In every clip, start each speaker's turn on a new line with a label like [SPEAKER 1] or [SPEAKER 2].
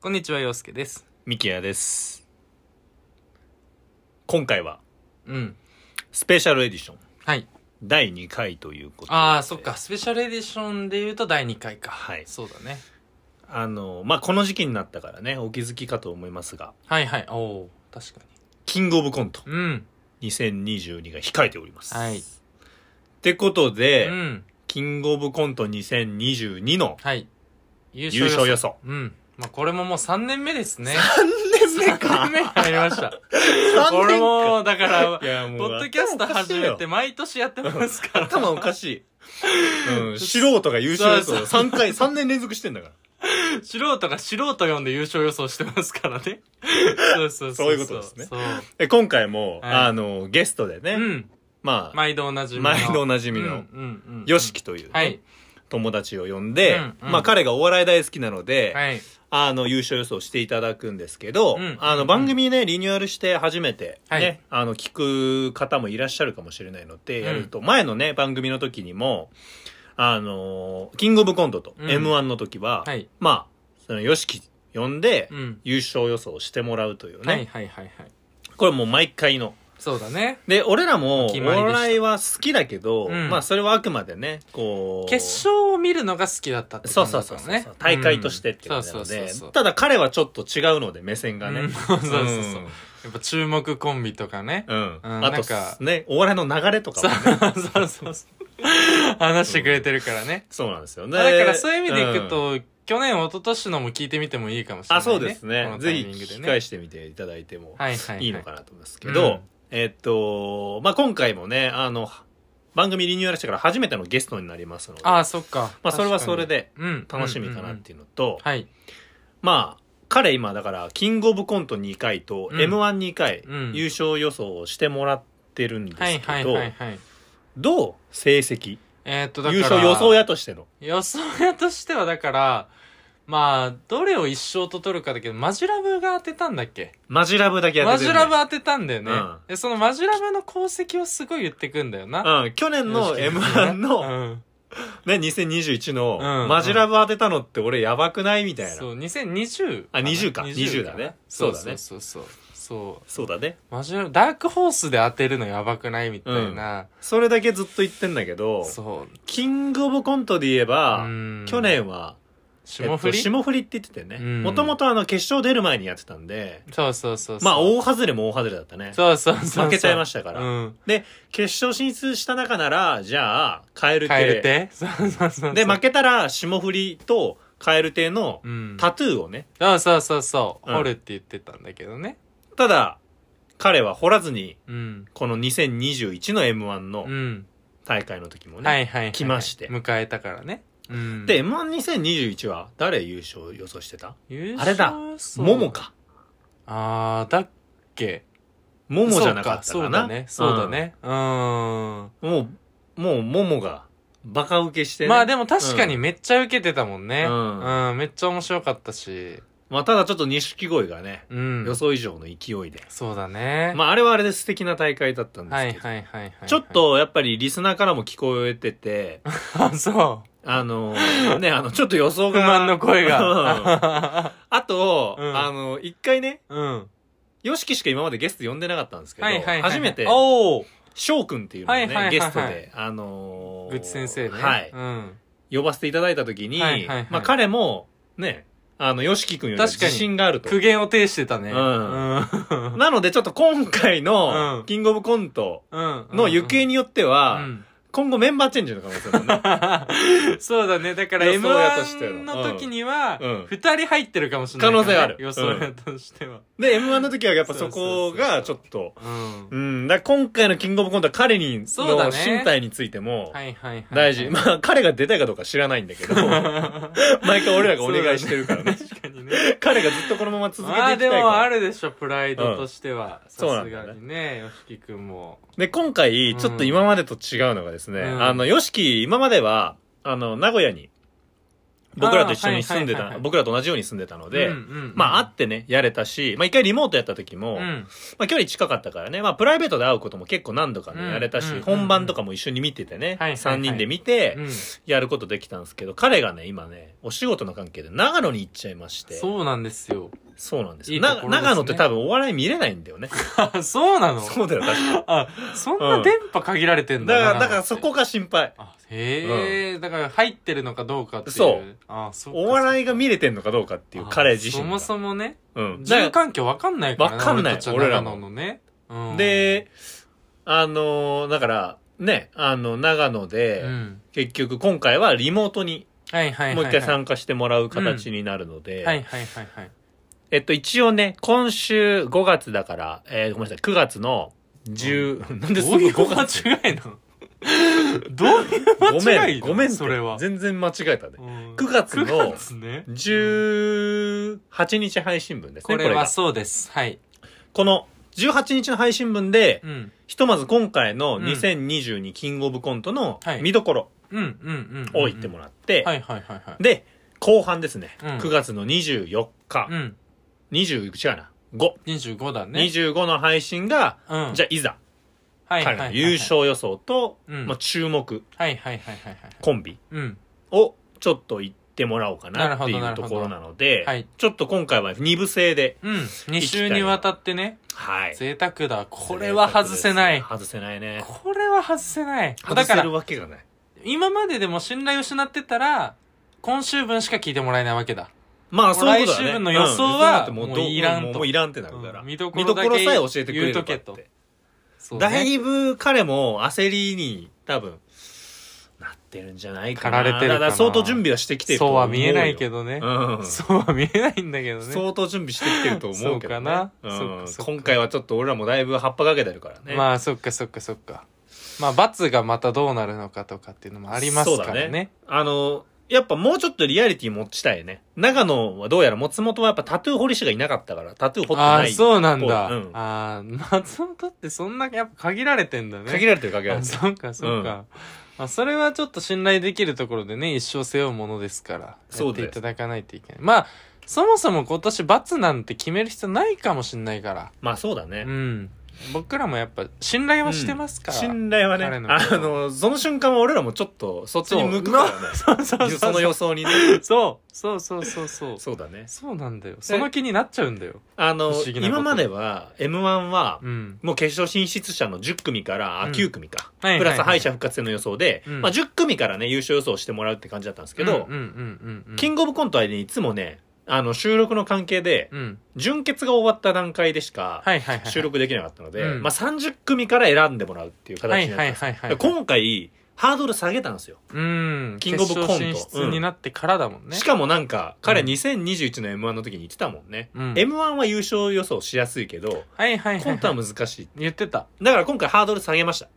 [SPEAKER 1] こんにちは、陽介です。
[SPEAKER 2] ミキヤです今回は
[SPEAKER 1] うん。
[SPEAKER 2] スペシャルエディション
[SPEAKER 1] はい。
[SPEAKER 2] 第2回ということで
[SPEAKER 1] ああ、そっか。スペシャルエディションで言うと第2回か。
[SPEAKER 2] はい
[SPEAKER 1] そうだね。
[SPEAKER 2] あのまあこの時期になったからねお気づきかと思いますが
[SPEAKER 1] はいはい。おお確か
[SPEAKER 2] キングオブコント
[SPEAKER 1] に。うん。
[SPEAKER 2] 2022が控えております
[SPEAKER 1] はい
[SPEAKER 2] ってことで、
[SPEAKER 1] うん。
[SPEAKER 2] キングオブコント2022の
[SPEAKER 1] はい。優
[SPEAKER 2] 優勝予想
[SPEAKER 1] うん。まあ、これももう3年目ですね。
[SPEAKER 2] 3年目
[SPEAKER 1] 3
[SPEAKER 2] か
[SPEAKER 1] 年目入りました。
[SPEAKER 2] 3
[SPEAKER 1] 俺
[SPEAKER 2] 年
[SPEAKER 1] も、だから、
[SPEAKER 2] 目いやもう
[SPEAKER 1] ポッドキャスト始めて
[SPEAKER 2] 頭
[SPEAKER 1] 毎年やってますから。
[SPEAKER 2] おかしいよ頭おかしい、うん、素人が優勝予想
[SPEAKER 1] そう
[SPEAKER 2] 3回3年連続してんだから
[SPEAKER 1] 素人が素人読んで優勝予想してますから ね。そうそうそう
[SPEAKER 2] そういうことですね
[SPEAKER 1] そう。
[SPEAKER 2] え今回も、
[SPEAKER 1] はい
[SPEAKER 2] あのゲストでね、
[SPEAKER 1] うん。
[SPEAKER 2] まあ、
[SPEAKER 1] 毎度おなじみの。
[SPEAKER 2] 毎度おなじみ
[SPEAKER 1] うん、うん
[SPEAKER 2] の
[SPEAKER 1] うんうん。
[SPEAKER 2] ヨシキというね、
[SPEAKER 1] はい。
[SPEAKER 2] 友達を呼んで、
[SPEAKER 1] うんうん
[SPEAKER 2] まあ彼がお笑い大好きなので、
[SPEAKER 1] はい。
[SPEAKER 2] あの優勝予想していただくんですけど、
[SPEAKER 1] うん
[SPEAKER 2] あ
[SPEAKER 1] う
[SPEAKER 2] の
[SPEAKER 1] ん
[SPEAKER 2] 番組ね、リニューアルして初めてね、
[SPEAKER 1] はい
[SPEAKER 2] あの聞く方もいらっしゃるかもしれないので、
[SPEAKER 1] うん
[SPEAKER 2] やると、前のね、番組の時にも、あのーキングオブコントと
[SPEAKER 1] うん
[SPEAKER 2] M1 の時は、
[SPEAKER 1] はい。
[SPEAKER 2] まあ、そのヨシキ呼んで、
[SPEAKER 1] うん。
[SPEAKER 2] 優勝予想してもらうというね、
[SPEAKER 1] はいはいはいはい。
[SPEAKER 2] これもう毎回の
[SPEAKER 1] そうだね。
[SPEAKER 2] で、俺らも、お
[SPEAKER 1] 決まりでした
[SPEAKER 2] 笑いは好きだけど、
[SPEAKER 1] うん
[SPEAKER 2] まあ、それはあくまでね、こう。
[SPEAKER 1] 決勝を見るのが好きだったって
[SPEAKER 2] そ
[SPEAKER 1] こ
[SPEAKER 2] う
[SPEAKER 1] とだ
[SPEAKER 2] そう
[SPEAKER 1] った
[SPEAKER 2] そう
[SPEAKER 1] の
[SPEAKER 2] そう、
[SPEAKER 1] ね。
[SPEAKER 2] 大会としてっていう
[SPEAKER 1] う
[SPEAKER 2] こ
[SPEAKER 1] ん
[SPEAKER 2] とな
[SPEAKER 1] そうそう
[SPEAKER 2] ので
[SPEAKER 1] そうそう。
[SPEAKER 2] ただ彼はちょっと違うので、目線がね。
[SPEAKER 1] うんそうそうそうそうやっぱ注目コンビとかね。
[SPEAKER 2] うん。うん
[SPEAKER 1] うん
[SPEAKER 2] あ
[SPEAKER 1] なん
[SPEAKER 2] と
[SPEAKER 1] か、
[SPEAKER 2] ね、お笑いの流れとか
[SPEAKER 1] そう
[SPEAKER 2] もね。
[SPEAKER 1] そうそうそう。話してくれてるからね。
[SPEAKER 2] そうなんですよね。
[SPEAKER 1] だからそういう意味でいく
[SPEAKER 2] うん
[SPEAKER 1] と、去年、一昨年のも聞いてみてもいいかもしれない、ね。
[SPEAKER 2] あ、そうです
[SPEAKER 1] こ
[SPEAKER 2] ね。
[SPEAKER 1] のタ
[SPEAKER 2] ぜ
[SPEAKER 1] イ
[SPEAKER 2] ひ
[SPEAKER 1] ミン
[SPEAKER 2] 聞
[SPEAKER 1] グで
[SPEAKER 2] き
[SPEAKER 1] ね
[SPEAKER 2] 返してみていただいても
[SPEAKER 1] はいはい、はい。
[SPEAKER 2] いいのかなと思いますけ
[SPEAKER 1] うん
[SPEAKER 2] ど、えっと、まあ、今回もね、あの、番組リニューアルしてから初めてのゲストになりますので、
[SPEAKER 1] ああ、そっか。
[SPEAKER 2] まあ、それはそれで
[SPEAKER 1] 確かに、うん。
[SPEAKER 2] 楽しみかなって
[SPEAKER 1] い
[SPEAKER 2] いうのと、
[SPEAKER 1] うん。はい。
[SPEAKER 2] まあ、彼今だから、キングオブコント2回と、
[SPEAKER 1] うん
[SPEAKER 2] M12 回
[SPEAKER 1] うん、
[SPEAKER 2] 優勝予想をしてもらってるんで
[SPEAKER 1] はい
[SPEAKER 2] す
[SPEAKER 1] は
[SPEAKER 2] け
[SPEAKER 1] い
[SPEAKER 2] ど
[SPEAKER 1] は、いはい。
[SPEAKER 2] どう成績
[SPEAKER 1] えーっと、だから。
[SPEAKER 2] 優勝予想屋としての。
[SPEAKER 1] 予想屋としてはだから、まあ、どれを一勝と取るかだけど、マジラブが当てたんだっけ
[SPEAKER 2] マジラブだけ
[SPEAKER 1] マ
[SPEAKER 2] 当てて
[SPEAKER 1] ジ
[SPEAKER 2] るね
[SPEAKER 1] ラブ当てたんだよね、
[SPEAKER 2] うん
[SPEAKER 1] で、そのマジラブの功績をすごい言ってくんだよな。
[SPEAKER 2] うん、去年
[SPEAKER 1] よ
[SPEAKER 2] の
[SPEAKER 1] ろしくね
[SPEAKER 2] M1
[SPEAKER 1] う
[SPEAKER 2] の、
[SPEAKER 1] ん
[SPEAKER 2] ね、2021
[SPEAKER 1] うん
[SPEAKER 2] の、マジラブ当てたのって俺やばくないみたいな
[SPEAKER 1] そ。う、2020。
[SPEAKER 2] あ20か20だね
[SPEAKER 1] そう
[SPEAKER 2] そうだね
[SPEAKER 1] そうそうそう。そう。
[SPEAKER 2] そうだね。
[SPEAKER 1] マジラブ、ダークホースで当てるのやばくないみたいな。
[SPEAKER 2] それだけずっと言ってんだけど、
[SPEAKER 1] そう。
[SPEAKER 2] キングオブコントで言えば、
[SPEAKER 1] うん
[SPEAKER 2] 去、年は、
[SPEAKER 1] 霜降り、
[SPEAKER 2] えっと霜降りって言ってたよ
[SPEAKER 1] う
[SPEAKER 2] ね。
[SPEAKER 1] ん
[SPEAKER 2] もともとあの、決勝出る前にやってたんで、
[SPEAKER 1] そうそうそうそう。
[SPEAKER 2] まあ、大外れも大外れだったね。
[SPEAKER 1] そうそうそうそう。
[SPEAKER 2] 負けちゃいま
[SPEAKER 1] し
[SPEAKER 2] したから。
[SPEAKER 1] うん。
[SPEAKER 2] 決勝進出した中なら、じゃあ、カエル
[SPEAKER 1] 変え
[SPEAKER 2] 亭。
[SPEAKER 1] るて。そうそうそう。
[SPEAKER 2] で、負、けたら、霜降りとカエル亭の
[SPEAKER 1] うん。
[SPEAKER 2] タトゥーをね。
[SPEAKER 1] そうそうそうそう、
[SPEAKER 2] うん
[SPEAKER 1] 掘るって言ってたんだけどね。
[SPEAKER 2] ただ、彼は掘らずに、
[SPEAKER 1] うん。
[SPEAKER 2] この2021の M1 の
[SPEAKER 1] うん。
[SPEAKER 2] 大会の時もね。
[SPEAKER 1] はいはい、はい。
[SPEAKER 2] 来まして
[SPEAKER 1] 迎えたからね。うん。
[SPEAKER 2] で、、M12021 は誰優勝予想してた
[SPEAKER 1] 優
[SPEAKER 2] あれだ
[SPEAKER 1] も
[SPEAKER 2] モモ。か。
[SPEAKER 1] あー、だっけ。
[SPEAKER 2] モモじゃなかった
[SPEAKER 1] そう
[SPEAKER 2] か
[SPEAKER 1] だ
[SPEAKER 2] な。
[SPEAKER 1] ね。そうだね。うーん。
[SPEAKER 2] うん。もう、もう、モモが、バカ受けしてね。
[SPEAKER 1] まあでも確かにめっちゃ受けてたもんね。う。
[SPEAKER 2] うんん
[SPEAKER 1] めっちゃ面白かったし。
[SPEAKER 2] まあ、ただちょっと錦鯉がね、
[SPEAKER 1] うん。
[SPEAKER 2] 予想以上の勢いで。
[SPEAKER 1] そうだね。
[SPEAKER 2] まあ、あれはあれで素敵な大会だったんです
[SPEAKER 1] は
[SPEAKER 2] け
[SPEAKER 1] い
[SPEAKER 2] ど。
[SPEAKER 1] はいはいはい。
[SPEAKER 2] ちょっ。とやっぱりリスナーからも聞こえてて、
[SPEAKER 1] あ、そう。
[SPEAKER 2] あの、ね、あの、ちょっと予想
[SPEAKER 1] 不
[SPEAKER 2] が。
[SPEAKER 1] 満の声
[SPEAKER 2] うん
[SPEAKER 1] が。
[SPEAKER 2] あと、
[SPEAKER 1] うん
[SPEAKER 2] あの、一回ね、
[SPEAKER 1] うん。
[SPEAKER 2] ヨシキしか今までゲスト呼んでなかったんですけど、
[SPEAKER 1] はいはいはい。
[SPEAKER 2] 初めて、
[SPEAKER 1] おー。
[SPEAKER 2] 翔くんっていうのを
[SPEAKER 1] はい
[SPEAKER 2] ね、
[SPEAKER 1] はいはいはい
[SPEAKER 2] ゲストで、あのー
[SPEAKER 1] ぐち先生ね。
[SPEAKER 2] はい、
[SPEAKER 1] うん。
[SPEAKER 2] 呼ばせていただいた時に、
[SPEAKER 1] はいはいはい
[SPEAKER 2] まあ彼も、ね、あの、ヨシキくんよりは
[SPEAKER 1] 確かに
[SPEAKER 2] 自信があると
[SPEAKER 1] 苦。言を呈してたね。
[SPEAKER 2] うん
[SPEAKER 1] うん。
[SPEAKER 2] なのでちょっと今回
[SPEAKER 1] うん
[SPEAKER 2] の、キングオブコントの
[SPEAKER 1] の
[SPEAKER 2] 行方によっては、
[SPEAKER 1] うん
[SPEAKER 2] 今後メンバーチェンジの可能性もね。
[SPEAKER 1] そうだね。だから
[SPEAKER 2] 予想屋としては
[SPEAKER 1] M1 の時には
[SPEAKER 2] うん、
[SPEAKER 1] 二人入ってるかもしれないからね。
[SPEAKER 2] 可能性ある
[SPEAKER 1] 予想屋としては。
[SPEAKER 2] で、M1 の時はやっぱ
[SPEAKER 1] そ
[SPEAKER 2] そう
[SPEAKER 1] そうそう
[SPEAKER 2] こがちょっと、
[SPEAKER 1] うん。
[SPEAKER 2] うん、だから今回のキングオブコントは彼に、
[SPEAKER 1] そうだ
[SPEAKER 2] の
[SPEAKER 1] ね
[SPEAKER 2] 身体についても、
[SPEAKER 1] はいはいはい。
[SPEAKER 2] 大事。まあ、彼が出たいかどうか知らないんだけ ど、毎回俺らがお願いしてるからね。
[SPEAKER 1] 確かにね。
[SPEAKER 2] 彼がずっとこのまま続
[SPEAKER 1] ま
[SPEAKER 2] けて
[SPEAKER 1] あ
[SPEAKER 2] いきた
[SPEAKER 1] で
[SPEAKER 2] いから。
[SPEAKER 1] もあるでしょ、プライドとしては。さ
[SPEAKER 2] そうな
[SPEAKER 1] す
[SPEAKER 2] んだよね
[SPEAKER 1] がにね、よしきくんも。
[SPEAKER 2] で、今回、ちょっと今までと違うのがですね、
[SPEAKER 1] うん
[SPEAKER 2] あの、ヨシキ、今までは、あの、名古屋に、僕らと一緒に住ん
[SPEAKER 1] あ
[SPEAKER 2] で
[SPEAKER 1] ーはいはいはいは
[SPEAKER 2] た
[SPEAKER 1] い
[SPEAKER 2] 僕らと同じように住んでたので、
[SPEAKER 1] うんうんうん
[SPEAKER 2] まあ会ってねやれたし、まあ、一回リモートやった時も、
[SPEAKER 1] うん
[SPEAKER 2] まあ、距離近かったからね、まあ、プライベートで会うことも結構何度かね、
[SPEAKER 1] うん
[SPEAKER 2] やれたし、
[SPEAKER 1] うん
[SPEAKER 2] 本番とかも一緒に見ててね、
[SPEAKER 1] はいはいはい
[SPEAKER 2] 3人で見て
[SPEAKER 1] うん
[SPEAKER 2] やることできたんですけど、彼がね今ねお仕事の関係で長野に行っちゃいましてそう
[SPEAKER 1] そうなんですよ
[SPEAKER 2] なんですよ
[SPEAKER 1] いいところ
[SPEAKER 2] な
[SPEAKER 1] ですね
[SPEAKER 2] 長野って多分お笑い見れないんだよね
[SPEAKER 1] あそうなの
[SPEAKER 2] そう だよ確か
[SPEAKER 1] あそんな電波限られてん
[SPEAKER 2] に
[SPEAKER 1] だ
[SPEAKER 2] だ
[SPEAKER 1] な
[SPEAKER 2] からだからそこが心配
[SPEAKER 1] あへえ、だから入ってるのかどうかっていう
[SPEAKER 2] そう
[SPEAKER 1] あそうか
[SPEAKER 2] お笑いが見れてんのかどうかっていう彼自身
[SPEAKER 1] あそも
[SPEAKER 2] が
[SPEAKER 1] そもね
[SPEAKER 2] うん、
[SPEAKER 1] 住
[SPEAKER 2] だか
[SPEAKER 1] 環境わかんないからね
[SPEAKER 2] わかんない
[SPEAKER 1] 俺たちは
[SPEAKER 2] 俺ら
[SPEAKER 1] 長
[SPEAKER 2] も
[SPEAKER 1] 野のね、う
[SPEAKER 2] ら
[SPEAKER 1] ん、
[SPEAKER 2] であのーだからねあの長野
[SPEAKER 1] う
[SPEAKER 2] で、
[SPEAKER 1] ん、
[SPEAKER 2] 結局今回はリモートに
[SPEAKER 1] はいはいはい、はい、
[SPEAKER 2] もう一回参加してもらう形になるので、
[SPEAKER 1] はいはいはいはい
[SPEAKER 2] えっと、一応ね、今週5月だから、えーごめんなさい、9月の10、なんです
[SPEAKER 1] どう
[SPEAKER 2] ぐ
[SPEAKER 1] いう
[SPEAKER 2] 5
[SPEAKER 1] 間
[SPEAKER 2] 月
[SPEAKER 1] 違いなのどういう間違
[SPEAKER 2] ごめ
[SPEAKER 1] いなの
[SPEAKER 2] ん、ごめんって、
[SPEAKER 1] それは、
[SPEAKER 2] 全然間違えたね。
[SPEAKER 1] うん
[SPEAKER 2] 9月の
[SPEAKER 1] 9月ね
[SPEAKER 2] 18日配信分ですね、
[SPEAKER 1] こ
[SPEAKER 2] これ
[SPEAKER 1] れ
[SPEAKER 2] が
[SPEAKER 1] は。そうですはい、
[SPEAKER 2] この18日の配信分で、
[SPEAKER 1] うん、
[SPEAKER 2] ひとまず今回の
[SPEAKER 1] うん
[SPEAKER 2] 2022キングオブコントの
[SPEAKER 1] はい
[SPEAKER 2] 見どころ
[SPEAKER 1] うんうんうんうん
[SPEAKER 2] を言ってもらって、
[SPEAKER 1] はいはいはいはい
[SPEAKER 2] で、後半ですね、
[SPEAKER 1] うん
[SPEAKER 2] 9月の24日、
[SPEAKER 1] うん
[SPEAKER 2] 20、違うな、5。
[SPEAKER 1] 25だね
[SPEAKER 2] 25の配信が、
[SPEAKER 1] うん
[SPEAKER 2] じゃあいざ、
[SPEAKER 1] は
[SPEAKER 2] 彼の優勝予想と、
[SPEAKER 1] うん
[SPEAKER 2] まあ、注目
[SPEAKER 1] はいはいはいはいはい
[SPEAKER 2] コンビ
[SPEAKER 1] うん
[SPEAKER 2] をちょっと言ってもらおうかなってい
[SPEAKER 1] な
[SPEAKER 2] う
[SPEAKER 1] るほ
[SPEAKER 2] と
[SPEAKER 1] ど
[SPEAKER 2] ころなので、
[SPEAKER 1] はい
[SPEAKER 2] ちょっと今回は2部制で、
[SPEAKER 1] うん2週にわたってね
[SPEAKER 2] はい。
[SPEAKER 1] 贅沢だこれは外せない
[SPEAKER 2] 外せないね。
[SPEAKER 1] これは外せない
[SPEAKER 2] 外
[SPEAKER 1] だか
[SPEAKER 2] せ
[SPEAKER 1] ら
[SPEAKER 2] るわけがない。
[SPEAKER 1] 今まででも信頼を失ってたら今週分しか聞いてもらえないわけだ
[SPEAKER 2] まあそういうことだね。
[SPEAKER 1] 来週分の予想は
[SPEAKER 2] うん
[SPEAKER 1] もういらんと
[SPEAKER 2] もうもういらんってなるから。
[SPEAKER 1] うん見どころだけ
[SPEAKER 2] 見どころさえ教えてくれれ
[SPEAKER 1] 言
[SPEAKER 2] ば
[SPEAKER 1] うとけと
[SPEAKER 2] って。
[SPEAKER 1] そうね
[SPEAKER 2] だいぶ彼も焦りに多分、なってるんじゃないかな。
[SPEAKER 1] 駆られてるかな
[SPEAKER 2] だから相当準備はしてきてると
[SPEAKER 1] そう
[SPEAKER 2] 思うよ。
[SPEAKER 1] は見えないけどね
[SPEAKER 2] うん。
[SPEAKER 1] そうは見えないんだけどね
[SPEAKER 2] 相当準備してきてると思うけ
[SPEAKER 1] そうか
[SPEAKER 2] ど、ね、
[SPEAKER 1] なそっ
[SPEAKER 2] ん
[SPEAKER 1] かそっか
[SPEAKER 2] 今回はちょっと俺らもだいぶ葉っぱかけてるからね、
[SPEAKER 1] まあそっかそっかそっかまあ罰がまたどうなるのかとかっていうのもありますか
[SPEAKER 2] そう
[SPEAKER 1] ら
[SPEAKER 2] だ
[SPEAKER 1] ね
[SPEAKER 2] ねあのやっぱもうちょっとリアリティ持ちたいね長野はどうやら松本はやっぱタトゥー彫り師がいなかったからタトゥー彫って
[SPEAKER 1] あ
[SPEAKER 2] な
[SPEAKER 1] あ
[SPEAKER 2] い
[SPEAKER 1] そうなんだ、
[SPEAKER 2] うん
[SPEAKER 1] ああ松本ってそんなやっぱ限られてんだね
[SPEAKER 2] 限られてる限られ
[SPEAKER 1] あ
[SPEAKER 2] てる
[SPEAKER 1] そうかそうか、まあ、それはちょっと信頼できるところでね一生背負うものですから
[SPEAKER 2] そ
[SPEAKER 1] やっ
[SPEAKER 2] うです
[SPEAKER 1] ていただかないといけないまあそもそも今年罰なんて決める必要ないかもしんないから
[SPEAKER 2] まあそうだね、
[SPEAKER 1] うん僕らもやっぱ信頼はしてますから、
[SPEAKER 2] 信頼はね
[SPEAKER 1] 彼のこ
[SPEAKER 2] あ
[SPEAKER 1] と
[SPEAKER 2] のその瞬間は俺らもちょっとそっちに向くからね
[SPEAKER 1] そうそうそう
[SPEAKER 2] その予想にね
[SPEAKER 1] そうそうそうそうそう
[SPEAKER 2] そうだね
[SPEAKER 1] そうなんだよその気になっちゃうんだよ
[SPEAKER 2] あの
[SPEAKER 1] 不思議なこと
[SPEAKER 2] 今までは m 1は、
[SPEAKER 1] うん
[SPEAKER 2] もう決勝進出者の10組から、あ
[SPEAKER 1] うん
[SPEAKER 2] 9組か。
[SPEAKER 1] はいはいはい
[SPEAKER 2] プラス敗者復活戦の予想で、
[SPEAKER 1] うん
[SPEAKER 2] まあ10組からね、優勝予想してもらうって感じだったんですけど
[SPEAKER 1] うん、うんうんうん
[SPEAKER 2] キングオブコントはね、いつもね、あの、収録の関係で、
[SPEAKER 1] うん
[SPEAKER 2] 準決が終わった段階でしか、
[SPEAKER 1] はいはいはい
[SPEAKER 2] 収録できなかったので、
[SPEAKER 1] うん
[SPEAKER 2] まあ30組から選んでもらうっていう
[SPEAKER 1] はい
[SPEAKER 2] 形にな
[SPEAKER 1] は
[SPEAKER 2] ったん
[SPEAKER 1] い
[SPEAKER 2] です。
[SPEAKER 1] はいはい
[SPEAKER 2] 今回、ハードル下げたんですよ。
[SPEAKER 1] うん
[SPEAKER 2] キングオブコント
[SPEAKER 1] 決勝進出になってからだもんね
[SPEAKER 2] しかもなんか、彼
[SPEAKER 1] うん
[SPEAKER 2] 2021の M1 の時に言ってたもんね。
[SPEAKER 1] うん
[SPEAKER 2] M1 は優勝予想しやすいけど、
[SPEAKER 1] はいはいはい
[SPEAKER 2] コントは
[SPEAKER 1] はい
[SPEAKER 2] 難しい。
[SPEAKER 1] 言ってた
[SPEAKER 2] だから今回ハードル下げました。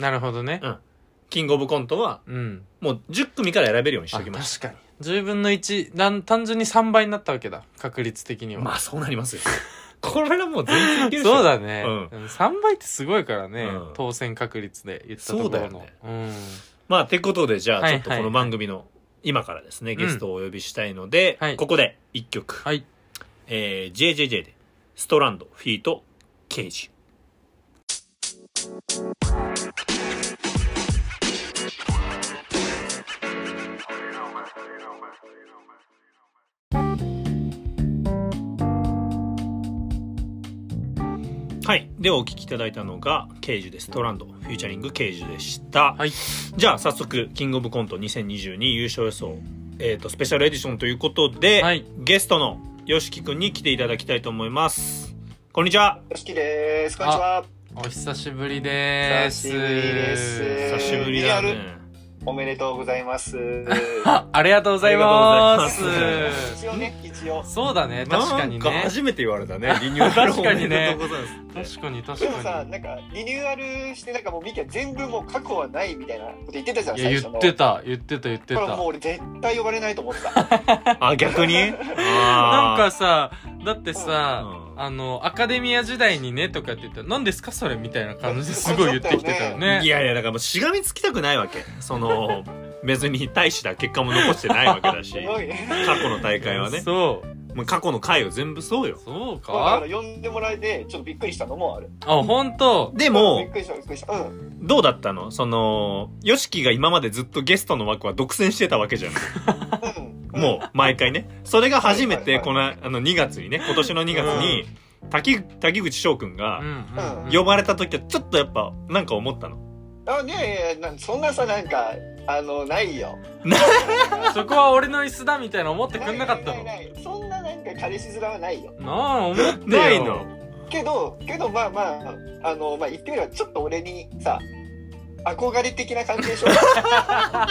[SPEAKER 1] なるほどね
[SPEAKER 2] うんキングオブコントは
[SPEAKER 1] うん
[SPEAKER 2] もう10組から選べるようにし
[SPEAKER 1] あ
[SPEAKER 2] てお
[SPEAKER 1] 確
[SPEAKER 2] き
[SPEAKER 1] か
[SPEAKER 2] ま
[SPEAKER 1] に
[SPEAKER 2] し
[SPEAKER 1] 10分の1なん単純に3倍になったわけだ確率的に
[SPEAKER 2] た。
[SPEAKER 1] は、
[SPEAKER 2] まあそうなりますよ。これはもう全然いけるでしょ。
[SPEAKER 1] そうだね、
[SPEAKER 2] う
[SPEAKER 1] 3倍ってすごいからね、
[SPEAKER 2] うん
[SPEAKER 1] 当選確率で言ったところの
[SPEAKER 2] そうだよね
[SPEAKER 1] うん
[SPEAKER 2] まあ、てことで、じゃあ
[SPEAKER 1] はい
[SPEAKER 2] ち
[SPEAKER 1] はい
[SPEAKER 2] ょっとこの番組の今からですね、ゲストをお呼びしたいので、
[SPEAKER 1] はい
[SPEAKER 2] ここで1曲。
[SPEAKER 1] はい
[SPEAKER 2] えー、JJJ で、ストランド、フィート、ケージ。はい。で、お聞きいただいたのが、ケージでストランド、フューチャリングケージでした。
[SPEAKER 1] はい
[SPEAKER 2] じゃあ、早速、キングオブコント2022優勝予想、えっ、と、スペシャルエディションということで、
[SPEAKER 1] はい
[SPEAKER 2] ゲストのよしきくんに来ていただきたいと思います。こんにちは。
[SPEAKER 3] 好きです。こんにちは。
[SPEAKER 1] お久しぶりです
[SPEAKER 3] 久しぶりですえー
[SPEAKER 2] 久しぶりだ
[SPEAKER 3] リ
[SPEAKER 2] ね。
[SPEAKER 3] おめでとうございます。
[SPEAKER 1] あありがとうございます
[SPEAKER 2] ありがとうござい
[SPEAKER 3] 一応ね、一応。
[SPEAKER 1] そうだね確かに
[SPEAKER 2] なん
[SPEAKER 1] ね
[SPEAKER 2] 初めて言われ たね。リニューアル
[SPEAKER 1] 確かにね
[SPEAKER 2] おめでとうございますって
[SPEAKER 1] 確かに確
[SPEAKER 3] でもさ、
[SPEAKER 1] かに
[SPEAKER 3] なんか、リニューアルして、なんかもう、ミキは全部もう過去はないみたいなこと言ってたじゃん、
[SPEAKER 1] いや
[SPEAKER 3] 最
[SPEAKER 1] 言
[SPEAKER 3] 初の。
[SPEAKER 1] ってた言ってた言って
[SPEAKER 3] これ
[SPEAKER 1] た
[SPEAKER 3] もう俺絶対呼ばれないと 思った。あ
[SPEAKER 2] あ、逆に
[SPEAKER 1] なん
[SPEAKER 2] あ
[SPEAKER 1] かさだってさ、
[SPEAKER 2] うん
[SPEAKER 1] あのアカデミア時代にねとかって言ったら「何ですかそれ」みたいな感じですごい言ってきてたよ
[SPEAKER 2] ー
[SPEAKER 1] ね
[SPEAKER 2] いやいや、だからもうしがみつきたくないわけ。その、別に大した結果も残してないわけ だし
[SPEAKER 3] すごいね。
[SPEAKER 2] 過去の大会はね
[SPEAKER 1] そう
[SPEAKER 2] もう過去の回は全部そうよ
[SPEAKER 1] そう
[SPEAKER 3] まあ
[SPEAKER 1] か
[SPEAKER 3] だから呼んでもらえて、ちょっとびっくりしたのもある。
[SPEAKER 1] あ本当
[SPEAKER 2] で
[SPEAKER 3] びっ
[SPEAKER 2] も
[SPEAKER 3] くりした、びっくりした。うん。
[SPEAKER 2] どうだったのその YOSHIKI が今までずっとゲストの枠は独占してたわけじゃん
[SPEAKER 3] うん。
[SPEAKER 2] もう毎回ねそれが初めて
[SPEAKER 3] はい
[SPEAKER 2] このあの2月にね今年の2月に滝滝口翔くん
[SPEAKER 1] う
[SPEAKER 2] が
[SPEAKER 1] んうん、うん、
[SPEAKER 2] 呼ばれた時はちょっとやっぱなんか思ったの
[SPEAKER 3] あ、ねえ、なそんなさ、なんか、あの、ないよ。
[SPEAKER 1] そこは俺の椅子だみたいな思ってくんなかった
[SPEAKER 3] い
[SPEAKER 1] の
[SPEAKER 3] いいいそんななんか彼氏面はないよ。
[SPEAKER 1] なあ思ってよ
[SPEAKER 2] ないの
[SPEAKER 3] けど、けど、まあまあ、あの、まあ言ってみれば、ちょっと俺にさ、憧れ的な感じでしょ憧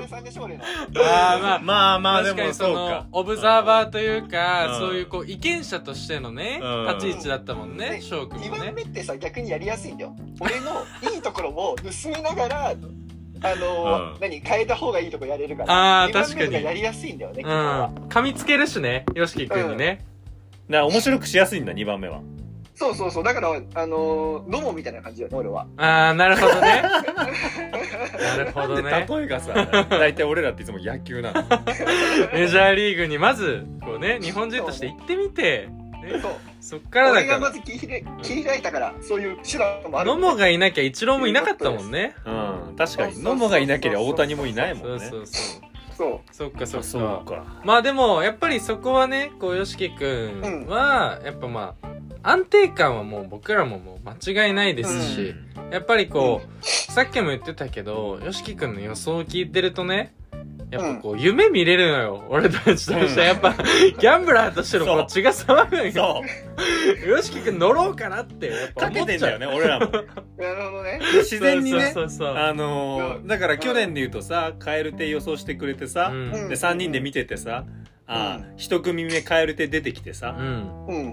[SPEAKER 3] れさんでしょ、俺の。
[SPEAKER 1] あーまあ
[SPEAKER 2] まあまあで
[SPEAKER 1] 確か
[SPEAKER 2] も
[SPEAKER 1] にそ
[SPEAKER 2] そう
[SPEAKER 1] の
[SPEAKER 2] か
[SPEAKER 1] オブザーバーという
[SPEAKER 2] う
[SPEAKER 1] か
[SPEAKER 2] ん
[SPEAKER 1] そういうこう意見者としてのね
[SPEAKER 2] うん
[SPEAKER 1] 立ち位置だったもんね
[SPEAKER 3] ね
[SPEAKER 1] 翔くん
[SPEAKER 3] 2
[SPEAKER 1] も
[SPEAKER 3] 番
[SPEAKER 1] ね
[SPEAKER 3] 目ってさ逆にやりやすいんだよ俺のいいところも盗みながらあの、
[SPEAKER 2] うん
[SPEAKER 3] 何変えた方がいいとこやれるから
[SPEAKER 1] あー
[SPEAKER 3] 二番目の
[SPEAKER 1] 確かに
[SPEAKER 3] がやりやすいんだよ
[SPEAKER 1] う
[SPEAKER 3] ね、
[SPEAKER 1] ん
[SPEAKER 3] 基本は
[SPEAKER 1] 噛みつけるしね YOSHIKI くんにね
[SPEAKER 2] だから面白くしやすいんだ2番目は
[SPEAKER 3] そうそうそうだからあの飲もうみたいな感じだよね俺は
[SPEAKER 1] ああなるほど ねなるほどね
[SPEAKER 2] 例え がさ大体俺らっていつも野球なの
[SPEAKER 1] メジャーリーグにまずこうね日本人として行ってみてね
[SPEAKER 3] そう
[SPEAKER 1] そっからだ
[SPEAKER 3] 俺
[SPEAKER 1] か
[SPEAKER 3] がま
[SPEAKER 1] ら
[SPEAKER 3] ず切り開切り開いたからそういう手段もある
[SPEAKER 1] 野茂がいなきゃイチローもいなかったもんね
[SPEAKER 2] うん確か
[SPEAKER 3] そうそうそう
[SPEAKER 2] に
[SPEAKER 3] そう
[SPEAKER 2] 野茂がいなければ大谷もいないも
[SPEAKER 1] そ
[SPEAKER 2] ん
[SPEAKER 1] う
[SPEAKER 2] ね
[SPEAKER 1] そうそう
[SPEAKER 3] そう
[SPEAKER 1] そっかそっ
[SPEAKER 2] あ
[SPEAKER 1] か
[SPEAKER 2] そうか
[SPEAKER 1] まあでもやっぱりそこはねこう YOSHIKI くんはやっぱまあ安定感はもう僕らももう間違いないですし、やっぱりこう、さっきも言ってたけど、よしきくんの予想を聞いてるとね、やっぱこう、夢見れるのよ。俺たちとしては、やっぱ、ギャンブラーとしてのこ
[SPEAKER 2] そう
[SPEAKER 1] う血が騒ぐんよ。
[SPEAKER 2] そ
[SPEAKER 1] よしきくん乗ろうかなって、やっ
[SPEAKER 2] う
[SPEAKER 1] ぱ
[SPEAKER 2] か
[SPEAKER 1] 思
[SPEAKER 2] け
[SPEAKER 1] っち
[SPEAKER 2] て
[SPEAKER 1] ゃうん
[SPEAKER 2] だよね俺らも
[SPEAKER 3] なるほどね
[SPEAKER 2] 自然にね
[SPEAKER 1] そうそうそうそう。
[SPEAKER 2] あのーだから去年で言うとさ蛙亭予想してくれてさ、
[SPEAKER 1] うん。
[SPEAKER 3] う
[SPEAKER 2] で3人で見ててさあー、一組目蛙亭出てきて
[SPEAKER 1] う
[SPEAKER 2] さ、
[SPEAKER 1] ん。
[SPEAKER 3] うん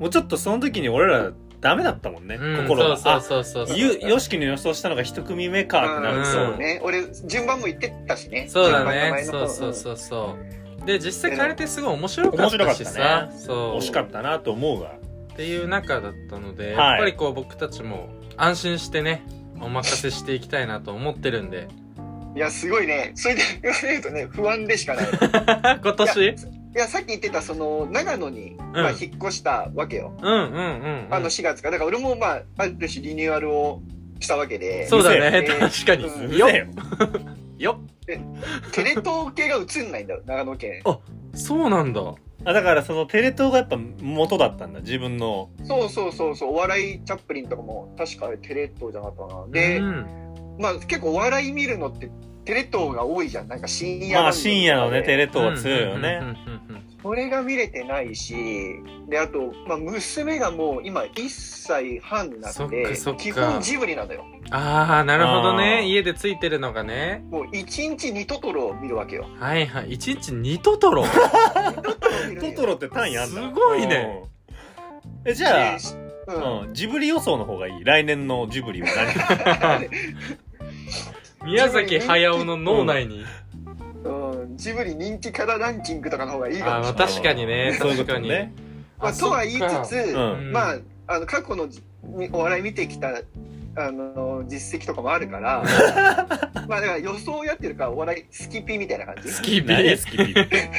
[SPEAKER 2] もうちょっとその時に俺らダメだったもんね、
[SPEAKER 1] うん
[SPEAKER 2] 心が
[SPEAKER 1] そうそうそうそう。
[SPEAKER 2] ゆよしきの予想したのが一組目かってなる
[SPEAKER 3] うん
[SPEAKER 2] と、
[SPEAKER 3] そうね俺順番も言ってたしね
[SPEAKER 1] そうだ
[SPEAKER 3] 順番
[SPEAKER 1] ね。
[SPEAKER 3] 名前の
[SPEAKER 1] そう
[SPEAKER 3] 方
[SPEAKER 1] そうそうそう。で、実際カレてすごい面白か
[SPEAKER 2] 面
[SPEAKER 1] っ
[SPEAKER 2] 白
[SPEAKER 1] た
[SPEAKER 2] かっ
[SPEAKER 1] した
[SPEAKER 2] ね
[SPEAKER 1] さ、そう。
[SPEAKER 2] 惜しかったなと思うわ
[SPEAKER 1] っていう中だったので、
[SPEAKER 2] はい
[SPEAKER 1] やっぱりこう僕たちも安心してねお任せしていきたいなと思ってるん で
[SPEAKER 3] うんいやすごいねそれで言われるとね不安でしか ない
[SPEAKER 1] 今年
[SPEAKER 3] いやさっき言ってたその長野に、まあ、
[SPEAKER 1] うん
[SPEAKER 3] 引っ越したわけよ、
[SPEAKER 1] うんうんうん、うん、
[SPEAKER 3] あの4月からだから俺もまあある種リニューアルをしたわけで
[SPEAKER 1] そうだね、
[SPEAKER 3] えー
[SPEAKER 1] 確かに、
[SPEAKER 3] う
[SPEAKER 2] うんるせえよ
[SPEAKER 1] よ
[SPEAKER 3] テレ東系が映んないんだよ長野県
[SPEAKER 1] そうなんだ
[SPEAKER 2] あだからそのテレ東がやっぱ元だったんだ自分の
[SPEAKER 3] そうそうそうそうお笑いチャップリンとかも確かあれテレ東じゃなかったかなで、
[SPEAKER 1] うん、
[SPEAKER 3] まあ結構お笑い見るのってテレ東が多いじゃんなんか深夜
[SPEAKER 2] ま
[SPEAKER 3] 番
[SPEAKER 2] あ
[SPEAKER 3] 組とかで
[SPEAKER 2] 深夜のねテレ東は強いよ
[SPEAKER 1] うんう
[SPEAKER 2] ね
[SPEAKER 1] んうんうん
[SPEAKER 3] それが見れてないしであと、まあ、娘がもう今1歳半になっ
[SPEAKER 1] そってかそっか
[SPEAKER 3] 基本ジブリなのよ
[SPEAKER 1] うんああなるほど
[SPEAKER 2] あー
[SPEAKER 1] ね家でついてるのがね
[SPEAKER 3] もう1日2トトロを見るわけよ
[SPEAKER 1] はいはい一日二トト ロ
[SPEAKER 3] トトロ見るの
[SPEAKER 2] ト
[SPEAKER 3] よ
[SPEAKER 2] トロって単位あんだ
[SPEAKER 1] すごいね
[SPEAKER 2] うんえじゃあ
[SPEAKER 3] で、し
[SPEAKER 2] うん、ジブリ予想の方がいい来年のジブリは何
[SPEAKER 1] 宮崎駿の脳内に、
[SPEAKER 3] うんうん、ジブリ人気からランキングとかの方がいいか
[SPEAKER 1] あ
[SPEAKER 3] も
[SPEAKER 1] ー
[SPEAKER 3] し
[SPEAKER 1] まあ 確か
[SPEAKER 3] れない。
[SPEAKER 1] にね
[SPEAKER 2] そういうこ
[SPEAKER 1] 確
[SPEAKER 2] と
[SPEAKER 1] かに
[SPEAKER 2] ね
[SPEAKER 3] まあ、とは言いつつ、
[SPEAKER 2] う
[SPEAKER 1] うんん
[SPEAKER 3] まああの過去のじお笑い見てきたあの実績とかもあるから、まあだから予想をやってるからお笑いスキピみたいな感じ。ス
[SPEAKER 1] ス
[SPEAKER 3] キ
[SPEAKER 1] キビ
[SPEAKER 2] 何
[SPEAKER 1] リ
[SPEAKER 2] 好きって言って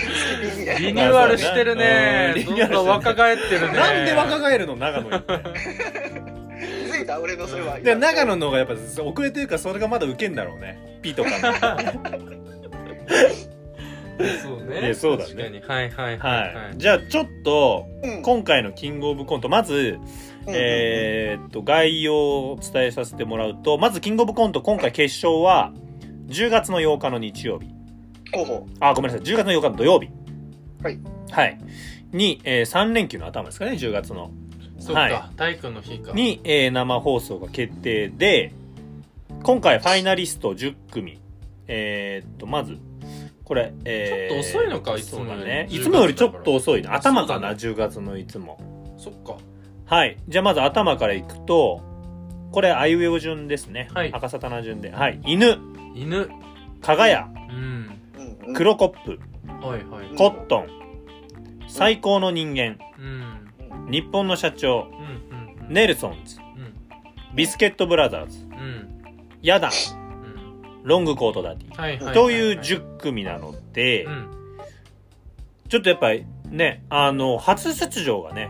[SPEAKER 3] ピみたい
[SPEAKER 1] ニュ
[SPEAKER 3] な。
[SPEAKER 1] ーアルしてるね
[SPEAKER 2] うんリニュー
[SPEAKER 1] ど
[SPEAKER 2] アルし
[SPEAKER 1] ん
[SPEAKER 2] てるね
[SPEAKER 1] どん若返ってるね
[SPEAKER 2] なんで若返るの長野に
[SPEAKER 3] 気づいた俺のそれは。
[SPEAKER 2] で長野の方がやっぱ遅れというかそれがまだウケんだろうねピ とかの
[SPEAKER 1] そう
[SPEAKER 2] い
[SPEAKER 1] ね。
[SPEAKER 2] やそうだね
[SPEAKER 1] 確かに。はいはいはい、は
[SPEAKER 2] はいい。じゃあちょっと
[SPEAKER 3] うん
[SPEAKER 2] 今回のキングオブコントまず
[SPEAKER 3] うん
[SPEAKER 2] えーっと概要をお伝えさせてもらうとまずキングオブコント今回決勝は10月の8日の日曜日
[SPEAKER 3] ほうほ
[SPEAKER 2] あごめんなさい10月の8日の土曜日
[SPEAKER 3] はい、
[SPEAKER 2] はいに、え3連休の頭ですかね10月の
[SPEAKER 1] そっか、
[SPEAKER 2] は
[SPEAKER 1] 体育の日か。
[SPEAKER 2] に、えー生放送が決定で今回ファイナリスト10組えーっとまずこれ、え
[SPEAKER 1] ちょ
[SPEAKER 2] ー
[SPEAKER 1] っと遅いのかいつもよ
[SPEAKER 2] そう
[SPEAKER 1] り
[SPEAKER 2] だね
[SPEAKER 1] 10
[SPEAKER 2] いつもよりちょっと遅いな頭
[SPEAKER 1] そ
[SPEAKER 2] か
[SPEAKER 1] うだ
[SPEAKER 2] な、
[SPEAKER 1] ね
[SPEAKER 2] 10月のいつも
[SPEAKER 1] そっか。
[SPEAKER 2] はいじゃあまず頭からいくとこれあいうえお順ですね、
[SPEAKER 1] はい
[SPEAKER 2] 赤さたな順ではい犬
[SPEAKER 1] 犬。
[SPEAKER 2] かがや
[SPEAKER 1] うん。
[SPEAKER 3] う。うんうん
[SPEAKER 2] 黒コップ
[SPEAKER 1] はいはい。
[SPEAKER 2] コットン最高の人間
[SPEAKER 1] うん。
[SPEAKER 2] 日本の社長
[SPEAKER 1] うんうん。うん。
[SPEAKER 2] ネルソンズ
[SPEAKER 1] うん。
[SPEAKER 2] ビスケットブラザーズ
[SPEAKER 1] うん。
[SPEAKER 2] ヤダン
[SPEAKER 1] うん。
[SPEAKER 2] ロングコートダディ
[SPEAKER 1] はいはいはい、はい。
[SPEAKER 2] という10組なので、
[SPEAKER 1] うん。
[SPEAKER 2] ちょっとやっぱりね、あの、初出場がね、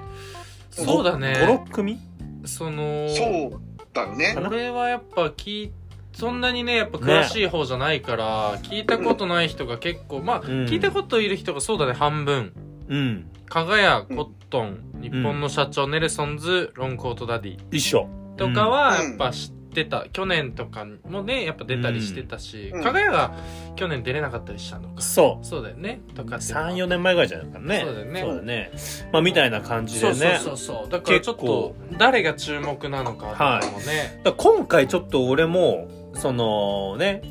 [SPEAKER 1] そうだね
[SPEAKER 2] 5、6組
[SPEAKER 1] その、
[SPEAKER 3] そうだね。
[SPEAKER 1] 俺はやっぱ聞いそんなにねやっぱ詳しい方じゃないから、聞いたことない人が結構まあ、
[SPEAKER 2] うん
[SPEAKER 1] 聞いたこといる人がそうだね半分
[SPEAKER 2] うん。
[SPEAKER 1] 加賀屋コットン、日本の社長ネルソンズロングコートダディ
[SPEAKER 2] 一緒。
[SPEAKER 1] とかは
[SPEAKER 3] うん
[SPEAKER 1] やっぱ知ってた、去年とかもねやっぱ出たりしてたし、
[SPEAKER 3] うん
[SPEAKER 1] 加賀屋が去年出れなかったりしたのか、
[SPEAKER 2] そう。
[SPEAKER 1] そうだよねとかっていうのは
[SPEAKER 2] 3、4年前ぐらいじゃないかなね。
[SPEAKER 1] そうだよね
[SPEAKER 2] そうだね。まあ、みたいな感じでね。
[SPEAKER 1] そうそうそうそうだからちょっ
[SPEAKER 2] 結構
[SPEAKER 1] と誰が注目なのかとかもね、
[SPEAKER 2] だから今回ちょっと俺も、そのね、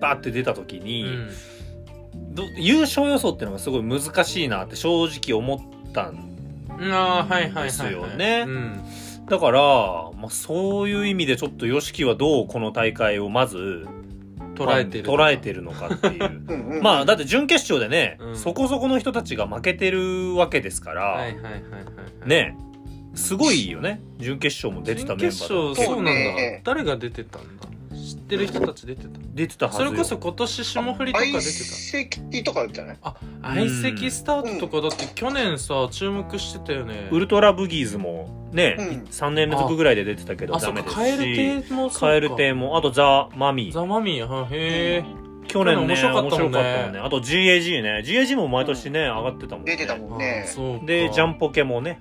[SPEAKER 2] バーって出た時に、
[SPEAKER 1] うん
[SPEAKER 2] ど優勝予想っていうのがすごい難しいなって正直思ったん
[SPEAKER 1] うんあーはいはいはい、はい、
[SPEAKER 2] ですよね
[SPEAKER 1] うん
[SPEAKER 2] だから、まあ、そういう意味でちょっと YOSHIKI はどうこの大会をまず
[SPEAKER 1] 捉えてる
[SPEAKER 2] 捉えてるのかっ ていう。
[SPEAKER 3] うんうん
[SPEAKER 2] まあだって準決勝でね、
[SPEAKER 1] うん
[SPEAKER 2] そこそこの人たちが負けてるわけですから、
[SPEAKER 1] はいはいはいはいはい
[SPEAKER 2] ねすごいよね準決勝も出てたメンバ
[SPEAKER 1] 準決
[SPEAKER 2] ー
[SPEAKER 1] 勝
[SPEAKER 2] だ
[SPEAKER 1] そうなんだ、
[SPEAKER 3] そうね
[SPEAKER 1] 誰が出てたんだ知ってる人たち出てた
[SPEAKER 2] 出てたはず
[SPEAKER 1] そ
[SPEAKER 2] よ
[SPEAKER 1] れこそ今年霜降りとか出
[SPEAKER 3] 相
[SPEAKER 1] て
[SPEAKER 3] 席とかじゃない
[SPEAKER 1] た相席スタートとかだって去年さ注目してたよね
[SPEAKER 2] ウルトラブギーズもね、
[SPEAKER 3] うん
[SPEAKER 2] 3年連続ぐらいで出てたけど
[SPEAKER 1] あ
[SPEAKER 2] ダ
[SPEAKER 1] そっ
[SPEAKER 2] メ
[SPEAKER 1] か
[SPEAKER 2] ですし
[SPEAKER 1] カエル亭もそうか
[SPEAKER 2] カエル亭もあとザ・マミー
[SPEAKER 1] ザ・マミィあへえ
[SPEAKER 2] 去年ね面
[SPEAKER 1] 去
[SPEAKER 2] 白
[SPEAKER 1] 年
[SPEAKER 2] かっ
[SPEAKER 1] 面白
[SPEAKER 2] たも
[SPEAKER 1] か
[SPEAKER 2] ん
[SPEAKER 1] っ
[SPEAKER 2] ね
[SPEAKER 1] たもんね
[SPEAKER 2] あと GAG ね GAG も毎年ね、上がってたもんね
[SPEAKER 3] 出てたもんね
[SPEAKER 1] あ。そうか
[SPEAKER 2] でジャンポケもね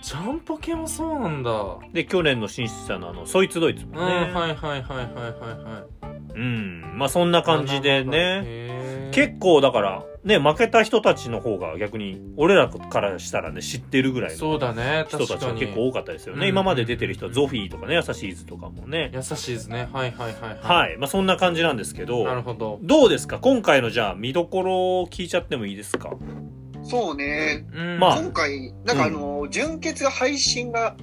[SPEAKER 1] ジャンポケもそうなんだう
[SPEAKER 2] で去年の進出者のあのそいつドイツも
[SPEAKER 1] ん
[SPEAKER 2] ね、
[SPEAKER 1] はいはいはいはいはいはい
[SPEAKER 2] うんまあそんな感じでね
[SPEAKER 1] ね
[SPEAKER 2] 結構だからね負けた人たちの方が逆に俺らからしたらね知ってるぐらいの
[SPEAKER 1] そうだね
[SPEAKER 2] 人
[SPEAKER 1] 確
[SPEAKER 2] たち
[SPEAKER 1] か
[SPEAKER 2] が
[SPEAKER 1] に
[SPEAKER 2] 結構多かったですよね、
[SPEAKER 1] うん
[SPEAKER 2] 今まで出てる人はゾフィーとかね優しいズとかもね
[SPEAKER 1] 優しいですねはいはいはい
[SPEAKER 2] はいまあそんな感じなんですけど
[SPEAKER 1] なるほど
[SPEAKER 2] どうですか今回のじゃあ見どころを聞いちゃってもいいですか
[SPEAKER 3] そうね。
[SPEAKER 1] うん
[SPEAKER 2] まあ
[SPEAKER 3] 今回、なんかあの、純潔が配信が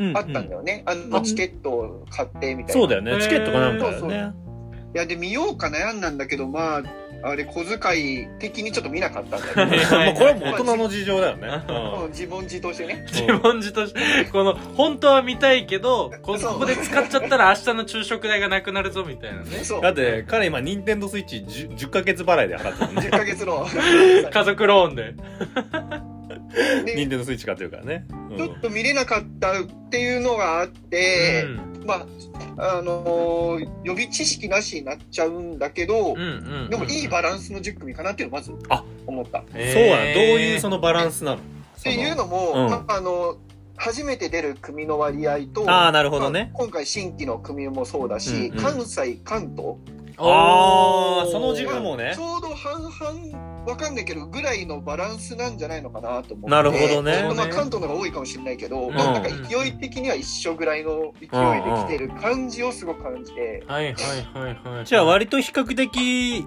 [SPEAKER 2] うん
[SPEAKER 3] あったんだよね。あ
[SPEAKER 2] う
[SPEAKER 3] の、
[SPEAKER 2] ん
[SPEAKER 3] チケットを買ってみたいな。
[SPEAKER 2] そうだよ
[SPEAKER 1] へ
[SPEAKER 2] ね
[SPEAKER 1] ー。
[SPEAKER 2] チケットかなんかだよ
[SPEAKER 3] そう
[SPEAKER 2] ね
[SPEAKER 3] いや、で、見ようか悩んだんだけど、まあ、あれ、小遣い的にちょっと見なかったんだけど
[SPEAKER 1] そう
[SPEAKER 2] まあこれはもう大人の事情だよね。
[SPEAKER 3] うん自問自答してね。
[SPEAKER 1] 自問自答して、この、本当は見たいけど、こ
[SPEAKER 3] そう
[SPEAKER 1] ここで使っちゃったら明日の昼食代がなくなるぞみたいなね。
[SPEAKER 3] そう。
[SPEAKER 2] だって彼今任天堂スイッチ 10, 10ヶ月払いで払ってるもんね
[SPEAKER 3] 10ヶ月の。
[SPEAKER 1] 家族ローンで。
[SPEAKER 3] で
[SPEAKER 2] 任天堂スイッチ買ってるからね。
[SPEAKER 3] ちょっと見れなかったっていうのがあって、まあ、あのー予備知識なしになっちゃうんだけど、
[SPEAKER 1] うん、うん、うん。
[SPEAKER 3] でもいいバランスの10組かなっていうのをまず
[SPEAKER 2] あ
[SPEAKER 3] 思った。っ
[SPEAKER 2] そうなのどういうそ
[SPEAKER 1] の、
[SPEAKER 2] のバランスなの
[SPEAKER 3] ていうのも、
[SPEAKER 2] うん
[SPEAKER 3] まああの初めて出る組の割合と、
[SPEAKER 2] ああなるほどね。
[SPEAKER 3] まあ今回新規の組もそうだし、
[SPEAKER 2] うんうん
[SPEAKER 3] 関西、関東、
[SPEAKER 2] あーその自
[SPEAKER 1] 時
[SPEAKER 2] 分
[SPEAKER 1] 間
[SPEAKER 2] もね
[SPEAKER 3] ち。ょうど半々わかんないけどぐらいのバランスなんじゃないのかなと思って。
[SPEAKER 2] なるほどね
[SPEAKER 3] ちょっとまあ関東の方が多いかもしれないけど、
[SPEAKER 1] うん
[SPEAKER 3] なんか勢い的には一緒ぐらいの勢いで来てる感じをすごく感じて。
[SPEAKER 1] はいはいはいはい。
[SPEAKER 2] じゃあ割と比較的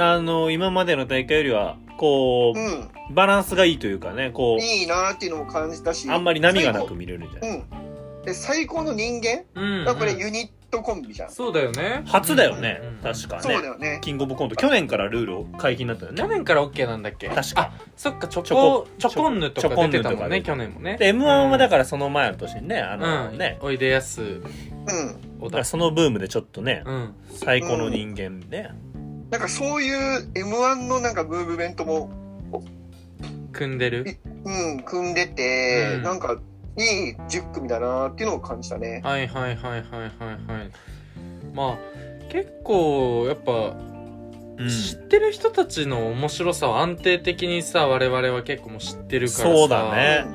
[SPEAKER 2] あの今までの大会よりはこ
[SPEAKER 3] う、
[SPEAKER 2] うんバランスがいいというかねこう
[SPEAKER 3] いいなーっていうのも感じたし
[SPEAKER 2] あんまり波がなく見れるんじゃない。
[SPEAKER 3] 最高うんで最高の人間
[SPEAKER 1] うん、うん。
[SPEAKER 3] だからこれユニットコンビじゃん、
[SPEAKER 1] そうだよね。
[SPEAKER 2] 初だよね
[SPEAKER 1] うんうんうん
[SPEAKER 2] 確か
[SPEAKER 3] そうだ
[SPEAKER 2] ね。
[SPEAKER 3] よね
[SPEAKER 2] キングオブコント去年からルールを解禁になったよ
[SPEAKER 1] 去
[SPEAKER 2] ね。
[SPEAKER 1] 年から OK なんだっけ
[SPEAKER 2] 確か
[SPEAKER 1] あ、そっか、チョ
[SPEAKER 2] チョコ
[SPEAKER 1] コ、チョコンヌとか出てたもんね、
[SPEAKER 2] チ
[SPEAKER 1] 去年もね。
[SPEAKER 2] で M1 はだ
[SPEAKER 1] か
[SPEAKER 2] からその前の年にねあの
[SPEAKER 1] うん、
[SPEAKER 2] ね。
[SPEAKER 1] おいでやす、
[SPEAKER 3] う
[SPEAKER 1] 小
[SPEAKER 2] だから
[SPEAKER 1] 田。
[SPEAKER 2] そのブームでちょっとね、
[SPEAKER 1] うん。
[SPEAKER 2] 最高の人間ね、
[SPEAKER 3] んなんかそういう m 1のなんかムーブメントも、
[SPEAKER 1] 組んでる。
[SPEAKER 3] うん、組んでて、
[SPEAKER 1] うん
[SPEAKER 3] なんかいい10組だなーっていうのを感じたね
[SPEAKER 1] はいはいはいはいはいはい。まあ、結構、やっぱ、
[SPEAKER 2] うん
[SPEAKER 1] 知ってる人たちの面白さを安定的にさ我々は結構もう知ってるからさ
[SPEAKER 2] そうだね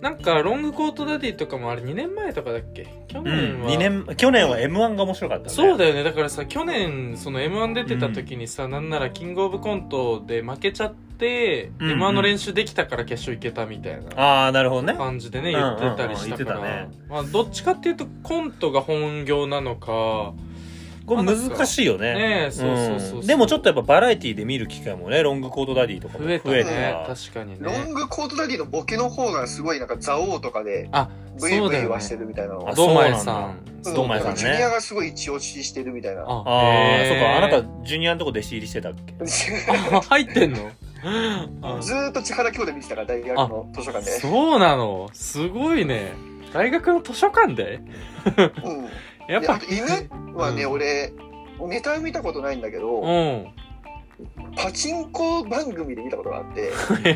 [SPEAKER 1] なんかロングコートダディとかもあれ2年前とかだっけ去年は、
[SPEAKER 2] 2年去年は m 1が面白かったね
[SPEAKER 1] そうだよねだからさ去年その m 1出てた時にさ、なんならキングオブコントで負けちゃって、
[SPEAKER 2] うんうん
[SPEAKER 1] m 1の練習できたから決勝行けたみたいな
[SPEAKER 2] ああなるほどね
[SPEAKER 1] 感じでね
[SPEAKER 2] うんうん
[SPEAKER 1] 言
[SPEAKER 2] うん
[SPEAKER 1] ってたりしたから、
[SPEAKER 2] 言って
[SPEAKER 1] まあ、どっちかっていうとコントが本業なのか
[SPEAKER 2] これ難しいよね
[SPEAKER 1] ねえそうそうそうそうん
[SPEAKER 2] でもちょっとやっぱバラエティで見る機会もねロングコートダディとかも
[SPEAKER 1] 増
[SPEAKER 2] 増え
[SPEAKER 1] え
[SPEAKER 2] た
[SPEAKER 1] たね確かに
[SPEAKER 3] ロン
[SPEAKER 1] ね
[SPEAKER 3] グコートダディのボケの方がすごいなんか蔵王とかで
[SPEAKER 1] あ
[SPEAKER 3] ブイ
[SPEAKER 1] そう
[SPEAKER 3] ブ
[SPEAKER 1] だ
[SPEAKER 3] イ
[SPEAKER 1] よ
[SPEAKER 3] はして
[SPEAKER 1] ね
[SPEAKER 3] るみたいなの
[SPEAKER 2] あ
[SPEAKER 3] を
[SPEAKER 2] そ
[SPEAKER 1] 堂
[SPEAKER 2] うなん
[SPEAKER 1] 前
[SPEAKER 2] だ
[SPEAKER 1] さん
[SPEAKER 3] うん
[SPEAKER 2] 堂前さんね
[SPEAKER 3] ジュニアがすごい一押ししてるみたい な
[SPEAKER 1] あ
[SPEAKER 2] ああ、
[SPEAKER 1] へ
[SPEAKER 2] そうかあなたジュニアのとこ弟子入りしてたっけ
[SPEAKER 1] あ 入ってんのあ
[SPEAKER 3] ずーっと千原兄弟見てたから大学の図書館で、
[SPEAKER 1] そうなのすごいね大学の図書館で
[SPEAKER 3] うん、
[SPEAKER 1] やっ
[SPEAKER 3] であ
[SPEAKER 1] ぱ
[SPEAKER 3] と犬はね、
[SPEAKER 1] うん
[SPEAKER 3] 俺ネタを見たことないんだけ
[SPEAKER 1] う
[SPEAKER 3] ど、
[SPEAKER 1] ん。
[SPEAKER 3] パチンコ番組で見たことがあって、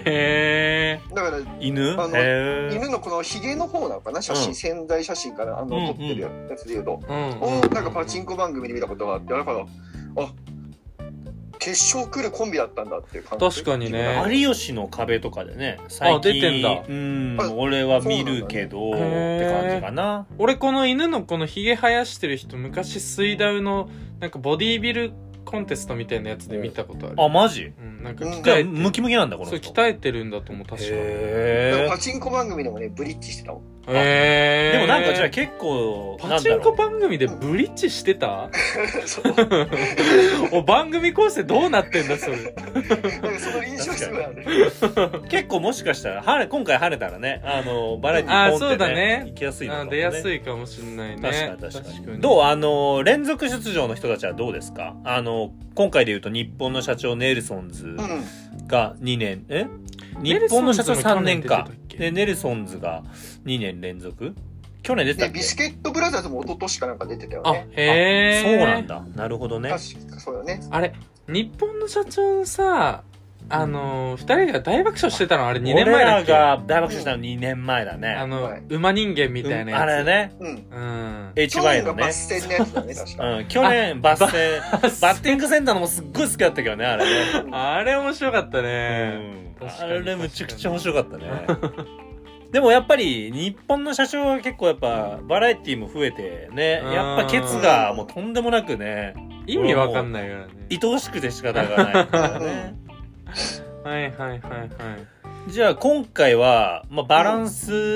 [SPEAKER 1] へ
[SPEAKER 3] だから
[SPEAKER 2] 犬
[SPEAKER 3] あの
[SPEAKER 2] へー
[SPEAKER 3] 犬のこのヒゲの方なのかな写
[SPEAKER 2] う
[SPEAKER 3] 真、
[SPEAKER 2] ん
[SPEAKER 3] 潜在写真からあ
[SPEAKER 2] うんうん
[SPEAKER 3] の撮ってるやつで言うと、
[SPEAKER 1] え。うん。
[SPEAKER 3] をなんかパチンコ番組で見たことがあってだからあ決勝来るコンビだったんだっていう感じ
[SPEAKER 1] 確かにね
[SPEAKER 3] あれ
[SPEAKER 2] 有吉の壁とかでね最近
[SPEAKER 1] 出てんだ
[SPEAKER 2] うん
[SPEAKER 3] あ
[SPEAKER 2] 俺は見るけど、
[SPEAKER 1] そうなんだね
[SPEAKER 2] って感じかな
[SPEAKER 1] 俺この犬のこのヒゲ生やしてる人昔水ダウのなんかボディービルコンテストみたいなやつで見たことある
[SPEAKER 2] あマジ
[SPEAKER 1] うん、なんか
[SPEAKER 3] うん
[SPEAKER 2] じゃ
[SPEAKER 1] 鍛
[SPEAKER 2] あ
[SPEAKER 1] えて
[SPEAKER 2] ムキムキなんだこの
[SPEAKER 1] そう
[SPEAKER 2] 人
[SPEAKER 1] 鍛えてるんだと思う確かに
[SPEAKER 3] だから
[SPEAKER 2] へ
[SPEAKER 3] パチンコ番組でもねブリッジしてたもん
[SPEAKER 1] え
[SPEAKER 2] え
[SPEAKER 1] ー、
[SPEAKER 2] でもなんかじゃあ結構
[SPEAKER 1] パチンコ
[SPEAKER 2] なんだろ
[SPEAKER 1] 番組でブリッジしてた
[SPEAKER 3] そうなん
[SPEAKER 1] お番組構成どうなってんだそれ
[SPEAKER 3] かその印象すごいある
[SPEAKER 2] う結構もしかしたら晴れ今回晴れたらねあのバラエティ
[SPEAKER 1] あー
[SPEAKER 2] ーポン
[SPEAKER 1] そ
[SPEAKER 2] っ
[SPEAKER 1] う
[SPEAKER 2] て
[SPEAKER 1] だね
[SPEAKER 2] 行きやすいのか
[SPEAKER 1] あ
[SPEAKER 2] もね
[SPEAKER 1] 出やす
[SPEAKER 2] い
[SPEAKER 1] いかもしんないね
[SPEAKER 2] 確かに確かに
[SPEAKER 1] う
[SPEAKER 2] どうあの連続出場の人たちはどうですかあの今回で言うと日本の社長ネルソンズ
[SPEAKER 3] う
[SPEAKER 2] が2年え
[SPEAKER 1] ネ
[SPEAKER 2] 日
[SPEAKER 1] ルソ
[SPEAKER 2] 本
[SPEAKER 1] ン
[SPEAKER 2] の
[SPEAKER 1] ズ
[SPEAKER 2] 社
[SPEAKER 1] も
[SPEAKER 2] 長3年か
[SPEAKER 1] 去年出てたっけ
[SPEAKER 2] でネルソンズが2年連続去年出
[SPEAKER 3] ん
[SPEAKER 2] てた
[SPEAKER 3] で
[SPEAKER 2] っけ
[SPEAKER 3] ビスケットブラザーズも一昨年かなんか出てたよ
[SPEAKER 1] あ
[SPEAKER 3] ね
[SPEAKER 1] へえ
[SPEAKER 2] そうなんだなるほどね
[SPEAKER 3] 確かそうよね
[SPEAKER 1] あれ日本の社長のさあの二、人が大爆笑してたのあれ2年
[SPEAKER 2] 俺
[SPEAKER 1] 前だ
[SPEAKER 2] ら
[SPEAKER 1] っけ
[SPEAKER 2] が大爆笑したの2年前だね
[SPEAKER 1] あの、
[SPEAKER 3] はい
[SPEAKER 1] 馬人間みたいなやつ、
[SPEAKER 2] うんあれね
[SPEAKER 3] うん
[SPEAKER 1] うん
[SPEAKER 3] 去
[SPEAKER 2] HY
[SPEAKER 3] 年
[SPEAKER 2] の
[SPEAKER 3] が
[SPEAKER 2] ね
[SPEAKER 3] 抜戦のやつ だね確か
[SPEAKER 2] うん、去年バッセンバッティングセンターのもすっごい好きだったけどねあれね、
[SPEAKER 3] うん
[SPEAKER 1] あれ面白かったね、
[SPEAKER 2] うん
[SPEAKER 1] 確
[SPEAKER 2] あ
[SPEAKER 1] かに
[SPEAKER 2] れむちゃくちゃ面白かったね でもやっぱり日本の社長は結構やっぱバラエティも増えてね
[SPEAKER 1] うん
[SPEAKER 2] やっぱケツがもうとんでもなくね
[SPEAKER 1] 意味わかんないからね
[SPEAKER 2] 愛おしくて仕方がないから ね
[SPEAKER 1] はいはいはいはい
[SPEAKER 2] じゃあ今回は、まあ、バラン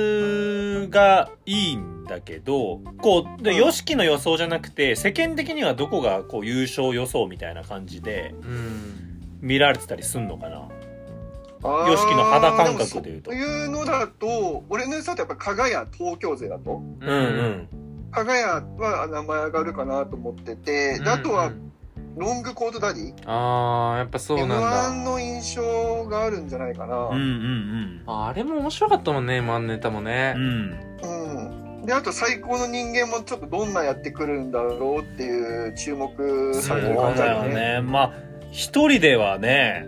[SPEAKER 2] スがいいんだけどこうで
[SPEAKER 3] うん
[SPEAKER 2] YOSHIKI の予想じゃなくて世間的にはどこがこう優勝予想みたいな感じで
[SPEAKER 1] うん
[SPEAKER 2] 見られてたりすんのかな
[SPEAKER 3] あー
[SPEAKER 2] YOSHIKI の肌感覚でいうと
[SPEAKER 3] もそういうのだと俺の予想だとやっぱ加賀屋東京勢だと
[SPEAKER 1] うん
[SPEAKER 2] うん
[SPEAKER 3] 加賀屋は名前上がるかなと思ってて、であとはロングコートダディ
[SPEAKER 1] あーやっぱそうなん
[SPEAKER 3] m
[SPEAKER 1] だ
[SPEAKER 3] 1の印象があるんじゃないかな、
[SPEAKER 2] うんうんうん
[SPEAKER 1] ああれも面白かったもんね M−1 ネタもね
[SPEAKER 2] う、ん
[SPEAKER 3] うんであと最高の人間もちょっとどんなやってくるんだろうっていう注目
[SPEAKER 2] そ
[SPEAKER 3] さ
[SPEAKER 2] う
[SPEAKER 3] れてる感じ
[SPEAKER 2] だ
[SPEAKER 3] だ
[SPEAKER 2] よ
[SPEAKER 3] よね。
[SPEAKER 2] ねまあ一人ではね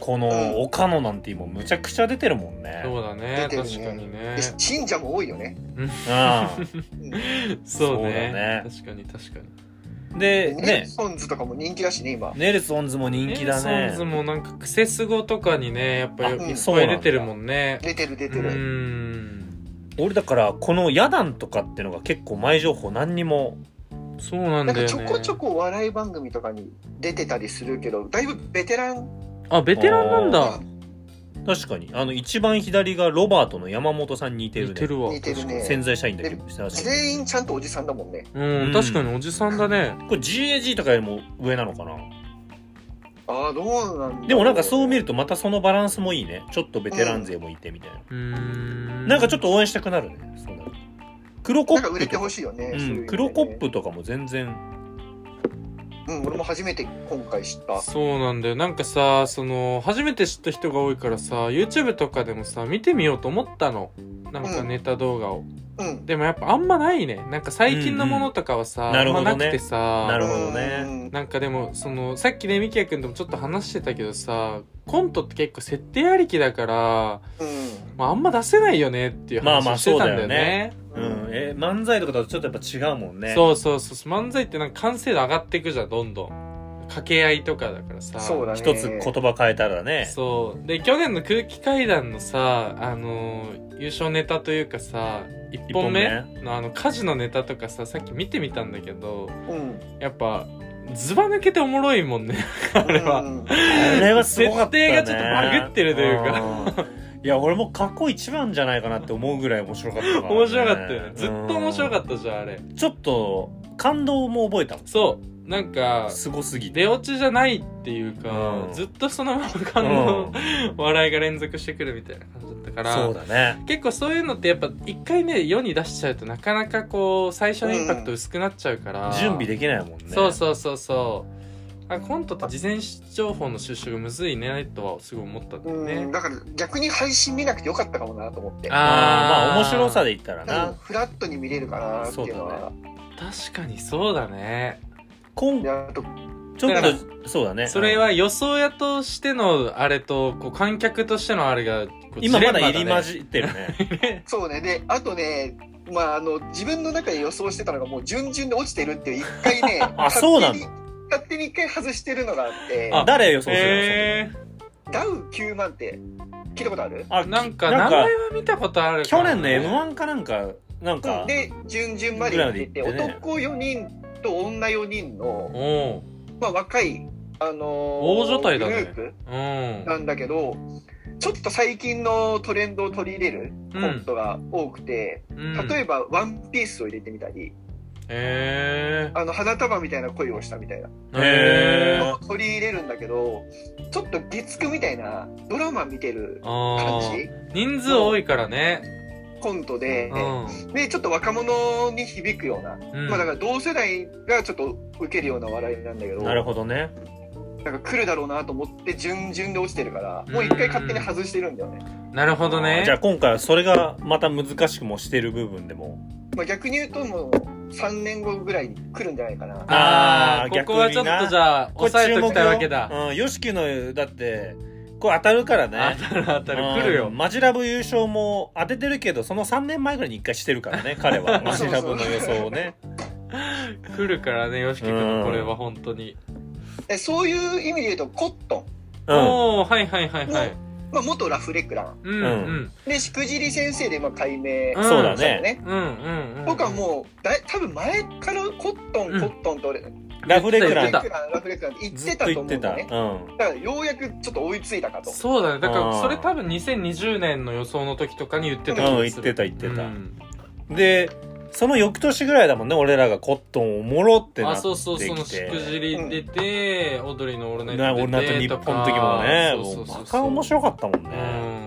[SPEAKER 2] こ
[SPEAKER 3] うん
[SPEAKER 2] の岡野なんて今むちゃくちゃ出てるもんね
[SPEAKER 1] そうだね
[SPEAKER 3] 出てるね
[SPEAKER 1] 確かにね
[SPEAKER 3] で信者も多いよね。
[SPEAKER 2] う
[SPEAKER 1] そうね
[SPEAKER 2] そうだね
[SPEAKER 1] 確かに確かに
[SPEAKER 2] んで
[SPEAKER 3] ネル
[SPEAKER 2] ね
[SPEAKER 3] ソンズとかも人気だしね今。
[SPEAKER 2] ネルソンズも人気だ
[SPEAKER 1] ネルソン
[SPEAKER 2] ね
[SPEAKER 1] ズもなんかクセスゴとかにねやっぱ
[SPEAKER 2] あ
[SPEAKER 1] いっぱい
[SPEAKER 2] そうなんだ
[SPEAKER 1] 出てるもんね
[SPEAKER 3] 出てる出
[SPEAKER 1] う
[SPEAKER 3] てる。
[SPEAKER 1] ん
[SPEAKER 2] 俺だからこのヤダンとかってのが結構前情報何にも
[SPEAKER 1] そうなん
[SPEAKER 3] な
[SPEAKER 1] だ
[SPEAKER 3] ん
[SPEAKER 1] よ
[SPEAKER 3] か
[SPEAKER 1] ね
[SPEAKER 3] ちょこちょこお笑い番組とかに出てたりするけどだいぶベテラン
[SPEAKER 1] あベテランなんだ
[SPEAKER 3] あ
[SPEAKER 2] 確かにあの一番左がロバートの山本さんに似てる
[SPEAKER 1] 似
[SPEAKER 2] ね
[SPEAKER 1] てるわ
[SPEAKER 3] 似てるね
[SPEAKER 2] 潜在社員だけどしてし
[SPEAKER 3] 全員ちゃんとおじさんだもんね。
[SPEAKER 1] う
[SPEAKER 2] うんん
[SPEAKER 1] 確かにおじさんだね
[SPEAKER 2] これ GAG とかよりも上なのかな
[SPEAKER 3] ああどうなんだろう
[SPEAKER 2] でもなんかそう見るとまたそのバランスもいいねちょっとベテラン勢もいてみたいな、
[SPEAKER 1] うーん
[SPEAKER 2] なんかちょっ
[SPEAKER 1] と
[SPEAKER 2] と応援したくなるねそうなると黒コ
[SPEAKER 3] なん
[SPEAKER 2] ッ
[SPEAKER 3] か売
[SPEAKER 2] プ
[SPEAKER 3] れて
[SPEAKER 2] とか
[SPEAKER 3] ほしいよね。
[SPEAKER 2] う
[SPEAKER 3] そういう意味で
[SPEAKER 2] ん、
[SPEAKER 3] ね
[SPEAKER 2] 黒コッ。プとかも全然
[SPEAKER 3] うん俺も初めて今回知った。
[SPEAKER 1] そうなんだよなんかさその初めて知った人が多いからさ YouTube とかでもさ見てみようと思ったのなんか
[SPEAKER 3] うん
[SPEAKER 1] ネタ動画を、
[SPEAKER 3] うん。
[SPEAKER 1] でもやっぱあんまないねなんか最近のものとかはさ、
[SPEAKER 2] うんうんなるほどね
[SPEAKER 1] あんまなくてさ
[SPEAKER 2] なるほどね
[SPEAKER 3] うん
[SPEAKER 1] なんかでもそのさっきねみきやくんともちょっと話してたけどさコントって結構設定ありきだから、
[SPEAKER 3] う
[SPEAKER 1] まあ、あんま出せないよねっていう
[SPEAKER 2] まあ
[SPEAKER 1] 話
[SPEAKER 2] まあ
[SPEAKER 1] をしてたんだよ
[SPEAKER 2] そうだよ
[SPEAKER 1] ね,、
[SPEAKER 2] うん、え漫才とかだとちょっとやっぱ違うもんねう
[SPEAKER 1] そうそうそう漫才ってなんか完成度上がっていくじゃんどんどん掛け合いとかだからさ
[SPEAKER 3] そうだね。
[SPEAKER 2] 一つ言葉変えたらね
[SPEAKER 1] そうで去年の空気階段のさあのー優勝ネタというかさ1本目
[SPEAKER 2] 一本
[SPEAKER 1] のあの火事のネタとかささっき見てみたんだけど
[SPEAKER 3] うん。
[SPEAKER 1] やっぱずば抜けておもろいもんねあれは
[SPEAKER 3] うん
[SPEAKER 2] あれはすごかった、ね、
[SPEAKER 1] 設定がちょっとバグってるというか
[SPEAKER 2] うんいや俺も過去一番じゃないかなって思うぐらい面白かったからね、
[SPEAKER 1] 面白かったよねずっと面白かったじゃんあれ
[SPEAKER 2] たちょっと感動も覚えたもん
[SPEAKER 1] そうなんか
[SPEAKER 2] すごすぎて
[SPEAKER 1] 出落ちじゃないっていうか
[SPEAKER 2] うん
[SPEAKER 1] ずっとそのまま
[SPEAKER 2] う
[SPEAKER 1] 感動
[SPEAKER 2] ん、
[SPEAKER 1] 笑いが連続してくるみたいな感じだったから
[SPEAKER 2] そうだね
[SPEAKER 1] 結構そういうのってやっぱ一回ね世に出しちゃうとなかなかこう最初のインパクト薄くなっちゃうから、
[SPEAKER 2] 準備できないもんね
[SPEAKER 1] そうそうそうそうあコントって事前情報の収集がむずいねとはすごい思ったんだよ
[SPEAKER 3] うん
[SPEAKER 1] ね
[SPEAKER 3] だから逆に配信見なくてよかったかもなと思って。
[SPEAKER 2] あーまあ面白さ
[SPEAKER 1] で
[SPEAKER 2] で言ったら
[SPEAKER 3] なん
[SPEAKER 2] な
[SPEAKER 3] かフラットに見れるかなっていうの
[SPEAKER 2] そうだ
[SPEAKER 3] は。
[SPEAKER 1] 確かにそうだね
[SPEAKER 2] 今
[SPEAKER 3] であと
[SPEAKER 2] ちょ
[SPEAKER 1] だ
[SPEAKER 2] っ
[SPEAKER 1] から
[SPEAKER 2] とそうだね
[SPEAKER 1] それは予想屋としてのあれとこう観客としてのあれがこう
[SPEAKER 2] 今まだ
[SPEAKER 1] ジレンマ
[SPEAKER 2] 入り
[SPEAKER 1] ね
[SPEAKER 2] 混じってる ね
[SPEAKER 3] そうねであとねまああの自分の中で予想してたのがもう順々で落ちてるっていう一回ね
[SPEAKER 2] あそうなの
[SPEAKER 3] 勝手に勝手に一回外してるのがあって
[SPEAKER 1] あ
[SPEAKER 2] 誰予想するの、
[SPEAKER 1] え
[SPEAKER 3] ダウ9万って聞いたことある
[SPEAKER 2] あ
[SPEAKER 1] ー、なんか名
[SPEAKER 2] な
[SPEAKER 1] 前
[SPEAKER 2] んか
[SPEAKER 1] は見たことあるか
[SPEAKER 2] 去
[SPEAKER 1] も
[SPEAKER 2] 年の m 1かなんかなんか
[SPEAKER 3] で順々まで行ってて
[SPEAKER 2] ぐらいまで行ってね
[SPEAKER 3] 男4人と女4人の、
[SPEAKER 1] おう
[SPEAKER 3] まあ、若い、あのー
[SPEAKER 1] 大所帯だね
[SPEAKER 3] グルー
[SPEAKER 1] うん
[SPEAKER 3] プなんだけどちょっと最近のトレンドを取り入れる
[SPEAKER 1] う
[SPEAKER 3] コン
[SPEAKER 1] ん
[SPEAKER 3] トが多くて、
[SPEAKER 1] うん
[SPEAKER 3] 例えば「ワンピースを入れてみたり
[SPEAKER 1] えー
[SPEAKER 3] あの花束みたいな恋をしたみたいな
[SPEAKER 1] えー
[SPEAKER 2] へ
[SPEAKER 3] 取り入れるんだけどちょっと月9みたいなドラマ見てる
[SPEAKER 1] あ
[SPEAKER 3] 感
[SPEAKER 1] ー
[SPEAKER 3] じ
[SPEAKER 1] 人数多いからね
[SPEAKER 3] コントで
[SPEAKER 1] うん
[SPEAKER 3] でちょっと若者に響くような、
[SPEAKER 1] うん
[SPEAKER 3] まあだから同世代がちょっと受けるような笑いなんだけど
[SPEAKER 2] なるほどね
[SPEAKER 3] なんか来るだろうなと思って順々で落ちてるからもう一回勝手に外してるんだよね、
[SPEAKER 1] なるほどね
[SPEAKER 2] じゃあ今回はそれがまた難しくもしてる部分でも
[SPEAKER 3] まあ、逆に言うともう3年後ぐらいに来るんじゃないかな
[SPEAKER 1] あ
[SPEAKER 2] あー
[SPEAKER 1] ーここはちょっとじゃあ
[SPEAKER 2] これ
[SPEAKER 1] 抑えときたいわけ
[SPEAKER 2] 注
[SPEAKER 1] だ
[SPEAKER 2] 目ようん、ヨシキのだってこれ当たるから
[SPEAKER 1] 当
[SPEAKER 2] ね
[SPEAKER 1] たる当たる来る
[SPEAKER 2] う
[SPEAKER 1] よ
[SPEAKER 2] んマジラブ優勝も当ててるけどその3年前ぐらいに1回してるからね彼はマジラブの予想をね
[SPEAKER 1] 来るからねよしきく
[SPEAKER 2] うんん
[SPEAKER 1] これは本当に
[SPEAKER 3] えそういう意味で言うとコット
[SPEAKER 2] うん
[SPEAKER 1] おおはいはいはいはい
[SPEAKER 3] ン、まあ、元ラフレクラン
[SPEAKER 1] うんう
[SPEAKER 2] うん
[SPEAKER 1] ん
[SPEAKER 3] でしくじり先生でまあ解明
[SPEAKER 1] うん
[SPEAKER 2] そうだ
[SPEAKER 3] したよ
[SPEAKER 2] ね
[SPEAKER 1] うんうんうん
[SPEAKER 3] 僕はもうだい多分前からコットン、
[SPEAKER 1] うん
[SPEAKER 3] コットンと俺ラ
[SPEAKER 2] ラフレクラ
[SPEAKER 1] 言
[SPEAKER 2] ン
[SPEAKER 1] ってた
[SPEAKER 3] フレクランラフレクランって言っ
[SPEAKER 2] ず
[SPEAKER 3] て
[SPEAKER 2] ったと
[SPEAKER 3] と思
[SPEAKER 2] 言
[SPEAKER 3] う
[SPEAKER 2] ってた
[SPEAKER 3] んだ
[SPEAKER 2] う
[SPEAKER 3] ね
[SPEAKER 2] ん
[SPEAKER 3] だからようやくちょっと追いついたかと
[SPEAKER 1] そうだねだか
[SPEAKER 2] う
[SPEAKER 1] ら
[SPEAKER 2] ん
[SPEAKER 1] それ多分2020年の予想の時とかに言ってた
[SPEAKER 2] うん
[SPEAKER 1] 気が
[SPEAKER 2] 言っ
[SPEAKER 1] す
[SPEAKER 2] て
[SPEAKER 1] る
[SPEAKER 2] た言ってた、
[SPEAKER 1] うん
[SPEAKER 2] でその翌年ぐらいだもんね俺らがコットンおもろってな
[SPEAKER 1] あ
[SPEAKER 2] ってきて
[SPEAKER 1] そうそうそのしくじり出てオードリーの「オールナイ
[SPEAKER 2] な
[SPEAKER 1] ト」
[SPEAKER 2] 俺なと日
[SPEAKER 1] 出てと
[SPEAKER 2] 本
[SPEAKER 1] か
[SPEAKER 2] の時もね
[SPEAKER 1] そ
[SPEAKER 2] も
[SPEAKER 1] う
[SPEAKER 2] う
[SPEAKER 1] そうそうそう
[SPEAKER 2] バカ面白かったもんね、
[SPEAKER 1] うん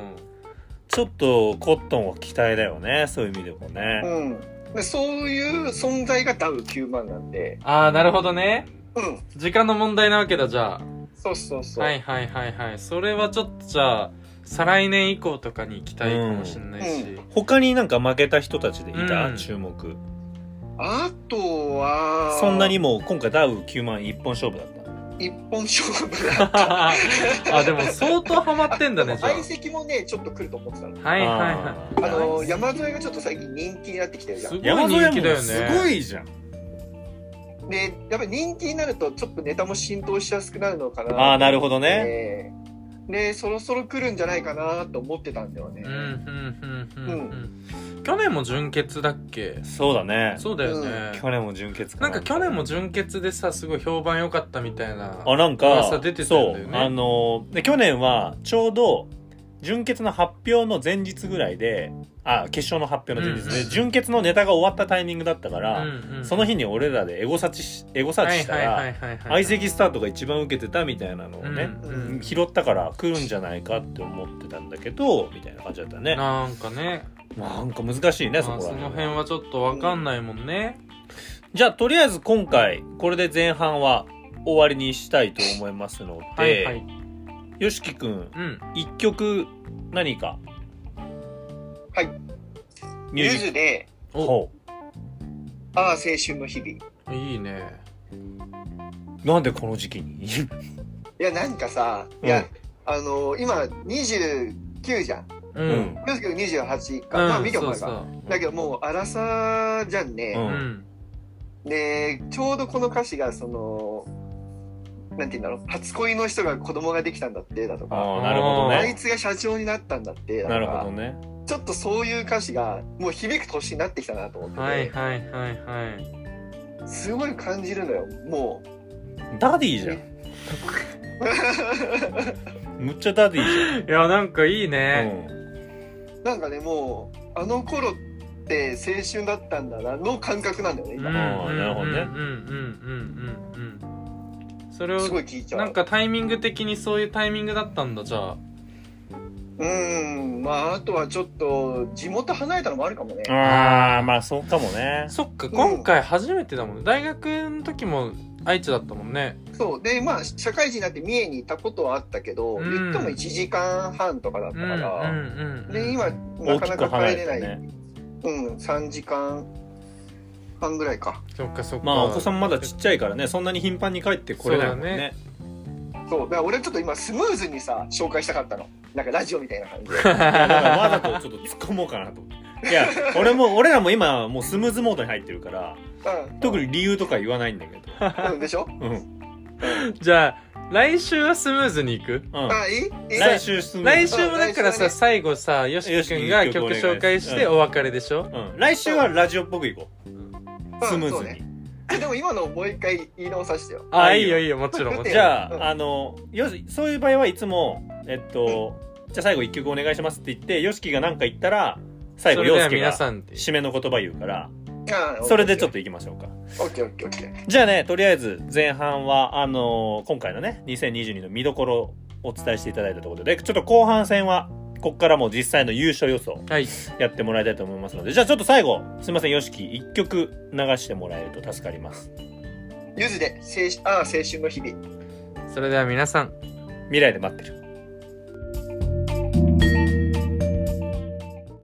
[SPEAKER 2] ちょっとコットンは期待だよねそういう意味でもね、
[SPEAKER 3] うんでそういう存在がダウ9万なんで
[SPEAKER 1] ああなるほどね
[SPEAKER 3] うん
[SPEAKER 1] 時間の問題なわけだじゃあ
[SPEAKER 3] そうそうそう、
[SPEAKER 1] はいはいはいはいそれはちょっとじゃあ再来年以降とかに行きたいかもしれないし、
[SPEAKER 2] 他になんか負けた人たちでいた、
[SPEAKER 1] うん
[SPEAKER 2] 注目
[SPEAKER 3] あとは
[SPEAKER 2] そんなにもう今回ダウ9万一本勝負だった
[SPEAKER 3] 一本勝負だった
[SPEAKER 1] あでも相当ハマってんだねじゃ
[SPEAKER 3] 相席もねちょっと来ると思ってたの
[SPEAKER 1] あはいはいは
[SPEAKER 2] あ
[SPEAKER 1] い
[SPEAKER 2] ー
[SPEAKER 3] あの
[SPEAKER 1] はい
[SPEAKER 3] 山添がちょっと最近人気になってきてるじゃ
[SPEAKER 1] す
[SPEAKER 3] ん
[SPEAKER 1] ごい
[SPEAKER 2] 山添
[SPEAKER 1] 人気だよね
[SPEAKER 2] もすごいじゃん
[SPEAKER 3] でやっぱり人気になるとちょっとネタも浸透しやすくなるのかな
[SPEAKER 2] ああなるほどね
[SPEAKER 3] ねでそろそろ来るんじゃないかなと思ってたんだよね、
[SPEAKER 1] うんうんうんうんうん去年も純潔だっけ
[SPEAKER 2] そうだね
[SPEAKER 1] そうだよね、
[SPEAKER 2] 去年も純潔か
[SPEAKER 1] なんか去年も純潔でさすごい評判良かったみたいな
[SPEAKER 2] あなん
[SPEAKER 1] 噂
[SPEAKER 2] か
[SPEAKER 1] 出てたんだ
[SPEAKER 2] そ
[SPEAKER 1] よね
[SPEAKER 2] うあので去年はちょうど純潔の発表の前日ぐらいであ決勝の発表の前日で、
[SPEAKER 1] うん
[SPEAKER 2] 純潔のネタが終わったタイミングだったか
[SPEAKER 1] う
[SPEAKER 2] ら、
[SPEAKER 1] んうん
[SPEAKER 2] その日に俺らでエゴサチしエゴサチしたら、
[SPEAKER 1] はいはいはいはいはい
[SPEAKER 2] 相席スタートが一番受けてたみたいなのをね、
[SPEAKER 1] うん
[SPEAKER 3] うん
[SPEAKER 2] 拾ったから来るんじゃないかって思ってたんだけどみたいな感じだったねな
[SPEAKER 1] なんかね
[SPEAKER 2] んか難しいねそ
[SPEAKER 1] まあ
[SPEAKER 2] こ
[SPEAKER 1] そ
[SPEAKER 2] ら
[SPEAKER 1] の
[SPEAKER 2] 辺
[SPEAKER 1] 辺はちょっとわかんないもんね、
[SPEAKER 2] じゃあとりあえず今回これで前半は終わりにしたいと思いますので、
[SPEAKER 1] はいはい
[SPEAKER 2] よしきくん
[SPEAKER 1] うん
[SPEAKER 2] 一曲何か
[SPEAKER 3] はい
[SPEAKER 2] ミュ
[SPEAKER 3] ゆ
[SPEAKER 2] ージッ
[SPEAKER 3] ずで
[SPEAKER 2] ク
[SPEAKER 1] お
[SPEAKER 2] ほ
[SPEAKER 3] 「ああ青春の日々」
[SPEAKER 1] いいね
[SPEAKER 2] うなんでこの時期に
[SPEAKER 3] いやなんかさ、
[SPEAKER 2] うん
[SPEAKER 3] いやあの今29じゃん
[SPEAKER 1] う、
[SPEAKER 2] うんん
[SPEAKER 3] ですけど28か、
[SPEAKER 1] うん
[SPEAKER 3] まあ見ても
[SPEAKER 1] そ
[SPEAKER 3] ら
[SPEAKER 1] う
[SPEAKER 3] う
[SPEAKER 1] そ
[SPEAKER 3] か
[SPEAKER 1] う
[SPEAKER 3] だけどもう荒さじゃん
[SPEAKER 2] う
[SPEAKER 1] う
[SPEAKER 3] ね、
[SPEAKER 1] ん
[SPEAKER 3] でちょうどこの歌詞がそのなんて言うんだろう初恋の人が子供ができたんだってだとか
[SPEAKER 2] ああなるほど
[SPEAKER 3] あい
[SPEAKER 2] ね
[SPEAKER 3] つが社長になったんだってだ
[SPEAKER 2] な
[SPEAKER 3] と
[SPEAKER 2] るほ
[SPEAKER 3] か
[SPEAKER 2] どね
[SPEAKER 3] ちょっとそういう歌詞がもう響く年になってきたなと思ってて、
[SPEAKER 1] はいはいはいはい
[SPEAKER 3] すごい感じるのよも
[SPEAKER 2] ダディ じゃんむっちゃダディじ
[SPEAKER 1] いやなんかいい
[SPEAKER 2] ゃ
[SPEAKER 1] ね、
[SPEAKER 2] ん、うん
[SPEAKER 3] うなんかねもうあの頃って青春だったんだなの感覚なんだよね
[SPEAKER 1] うん、
[SPEAKER 3] 今、
[SPEAKER 2] あーなるほどね
[SPEAKER 1] うんうんうんうんうんうんそれを
[SPEAKER 3] すごい聞いちゃう
[SPEAKER 1] なんかタイミング的にそういうタイミングだったんだじゃあ
[SPEAKER 3] うんまああとはちょっと地元離れたのもあるかもね
[SPEAKER 2] ああまあそうかもね
[SPEAKER 1] そっか今回初めてだもんね大学の時も愛知だったもんね
[SPEAKER 3] そうでまあ社会人になって三重にいたことはあったけど、
[SPEAKER 1] うん
[SPEAKER 3] 言っても1時間半とかだった
[SPEAKER 1] う
[SPEAKER 3] か
[SPEAKER 1] んうん
[SPEAKER 3] ら、
[SPEAKER 1] うんうん
[SPEAKER 3] で今なかなか帰れない、うん3時間半ぐらいか
[SPEAKER 1] そっかそっか
[SPEAKER 2] まあお子さんまだちっちゃいからねそんなに頻繁に帰ってこれないもんね
[SPEAKER 3] そうだから俺ちょっと今スムーズにさ紹介したかったのなんかラジオみたいな 感じで
[SPEAKER 2] いやだからわざとちょっと突っ込もうかなと思っていや俺も俺らも今もうスムーズモードに入ってるから特に理由とか言わないんだけど
[SPEAKER 3] うん、うん、でしょ、
[SPEAKER 2] うん
[SPEAKER 1] じゃあ来週はスムーズにいく
[SPEAKER 2] うん
[SPEAKER 3] あいいいい
[SPEAKER 2] 来週スムー
[SPEAKER 1] 来
[SPEAKER 2] ズ
[SPEAKER 1] 週もだからさ、
[SPEAKER 3] うん来週はね
[SPEAKER 1] 最後さよしきくんが
[SPEAKER 2] よしきく
[SPEAKER 1] 曲
[SPEAKER 2] んお願い
[SPEAKER 1] 紹介してお別れでしょ、
[SPEAKER 2] うん、来週はラジオっぽくいこう、
[SPEAKER 3] うん
[SPEAKER 2] スムー
[SPEAKER 3] そう
[SPEAKER 2] ズに、
[SPEAKER 3] ねえでも今のをもう一回言い直させてよ
[SPEAKER 1] あいいよいいよもちろんもちろん
[SPEAKER 2] じゃあ、
[SPEAKER 3] うん
[SPEAKER 2] あのよしそういう場合はいつもえっと、じゃあ最後一曲お願いしますって言ってよしきが何か言ったら最後
[SPEAKER 1] それ
[SPEAKER 2] よ
[SPEAKER 1] で
[SPEAKER 2] し
[SPEAKER 1] は
[SPEAKER 2] き
[SPEAKER 1] 皆
[SPEAKER 2] が
[SPEAKER 1] さんっていう
[SPEAKER 2] 締めの言葉言うから
[SPEAKER 3] あ
[SPEAKER 2] それでちょっ
[SPEAKER 3] と
[SPEAKER 2] といきましょうか
[SPEAKER 3] オッケーオッケーオッケー
[SPEAKER 2] じゃあねとりあえず前半はあの今回のね2022の見どころをお伝えしていただいたところでちょっと後半戦はここからもう実際の優勝予想
[SPEAKER 1] はい
[SPEAKER 2] やってもらいたいと思いますのでじゃあちょっと最後すいませんよしき一曲流してもらえると助かります
[SPEAKER 3] ゆずで青春ああ青春の日々
[SPEAKER 1] それでは皆さん
[SPEAKER 2] 未来で待ってる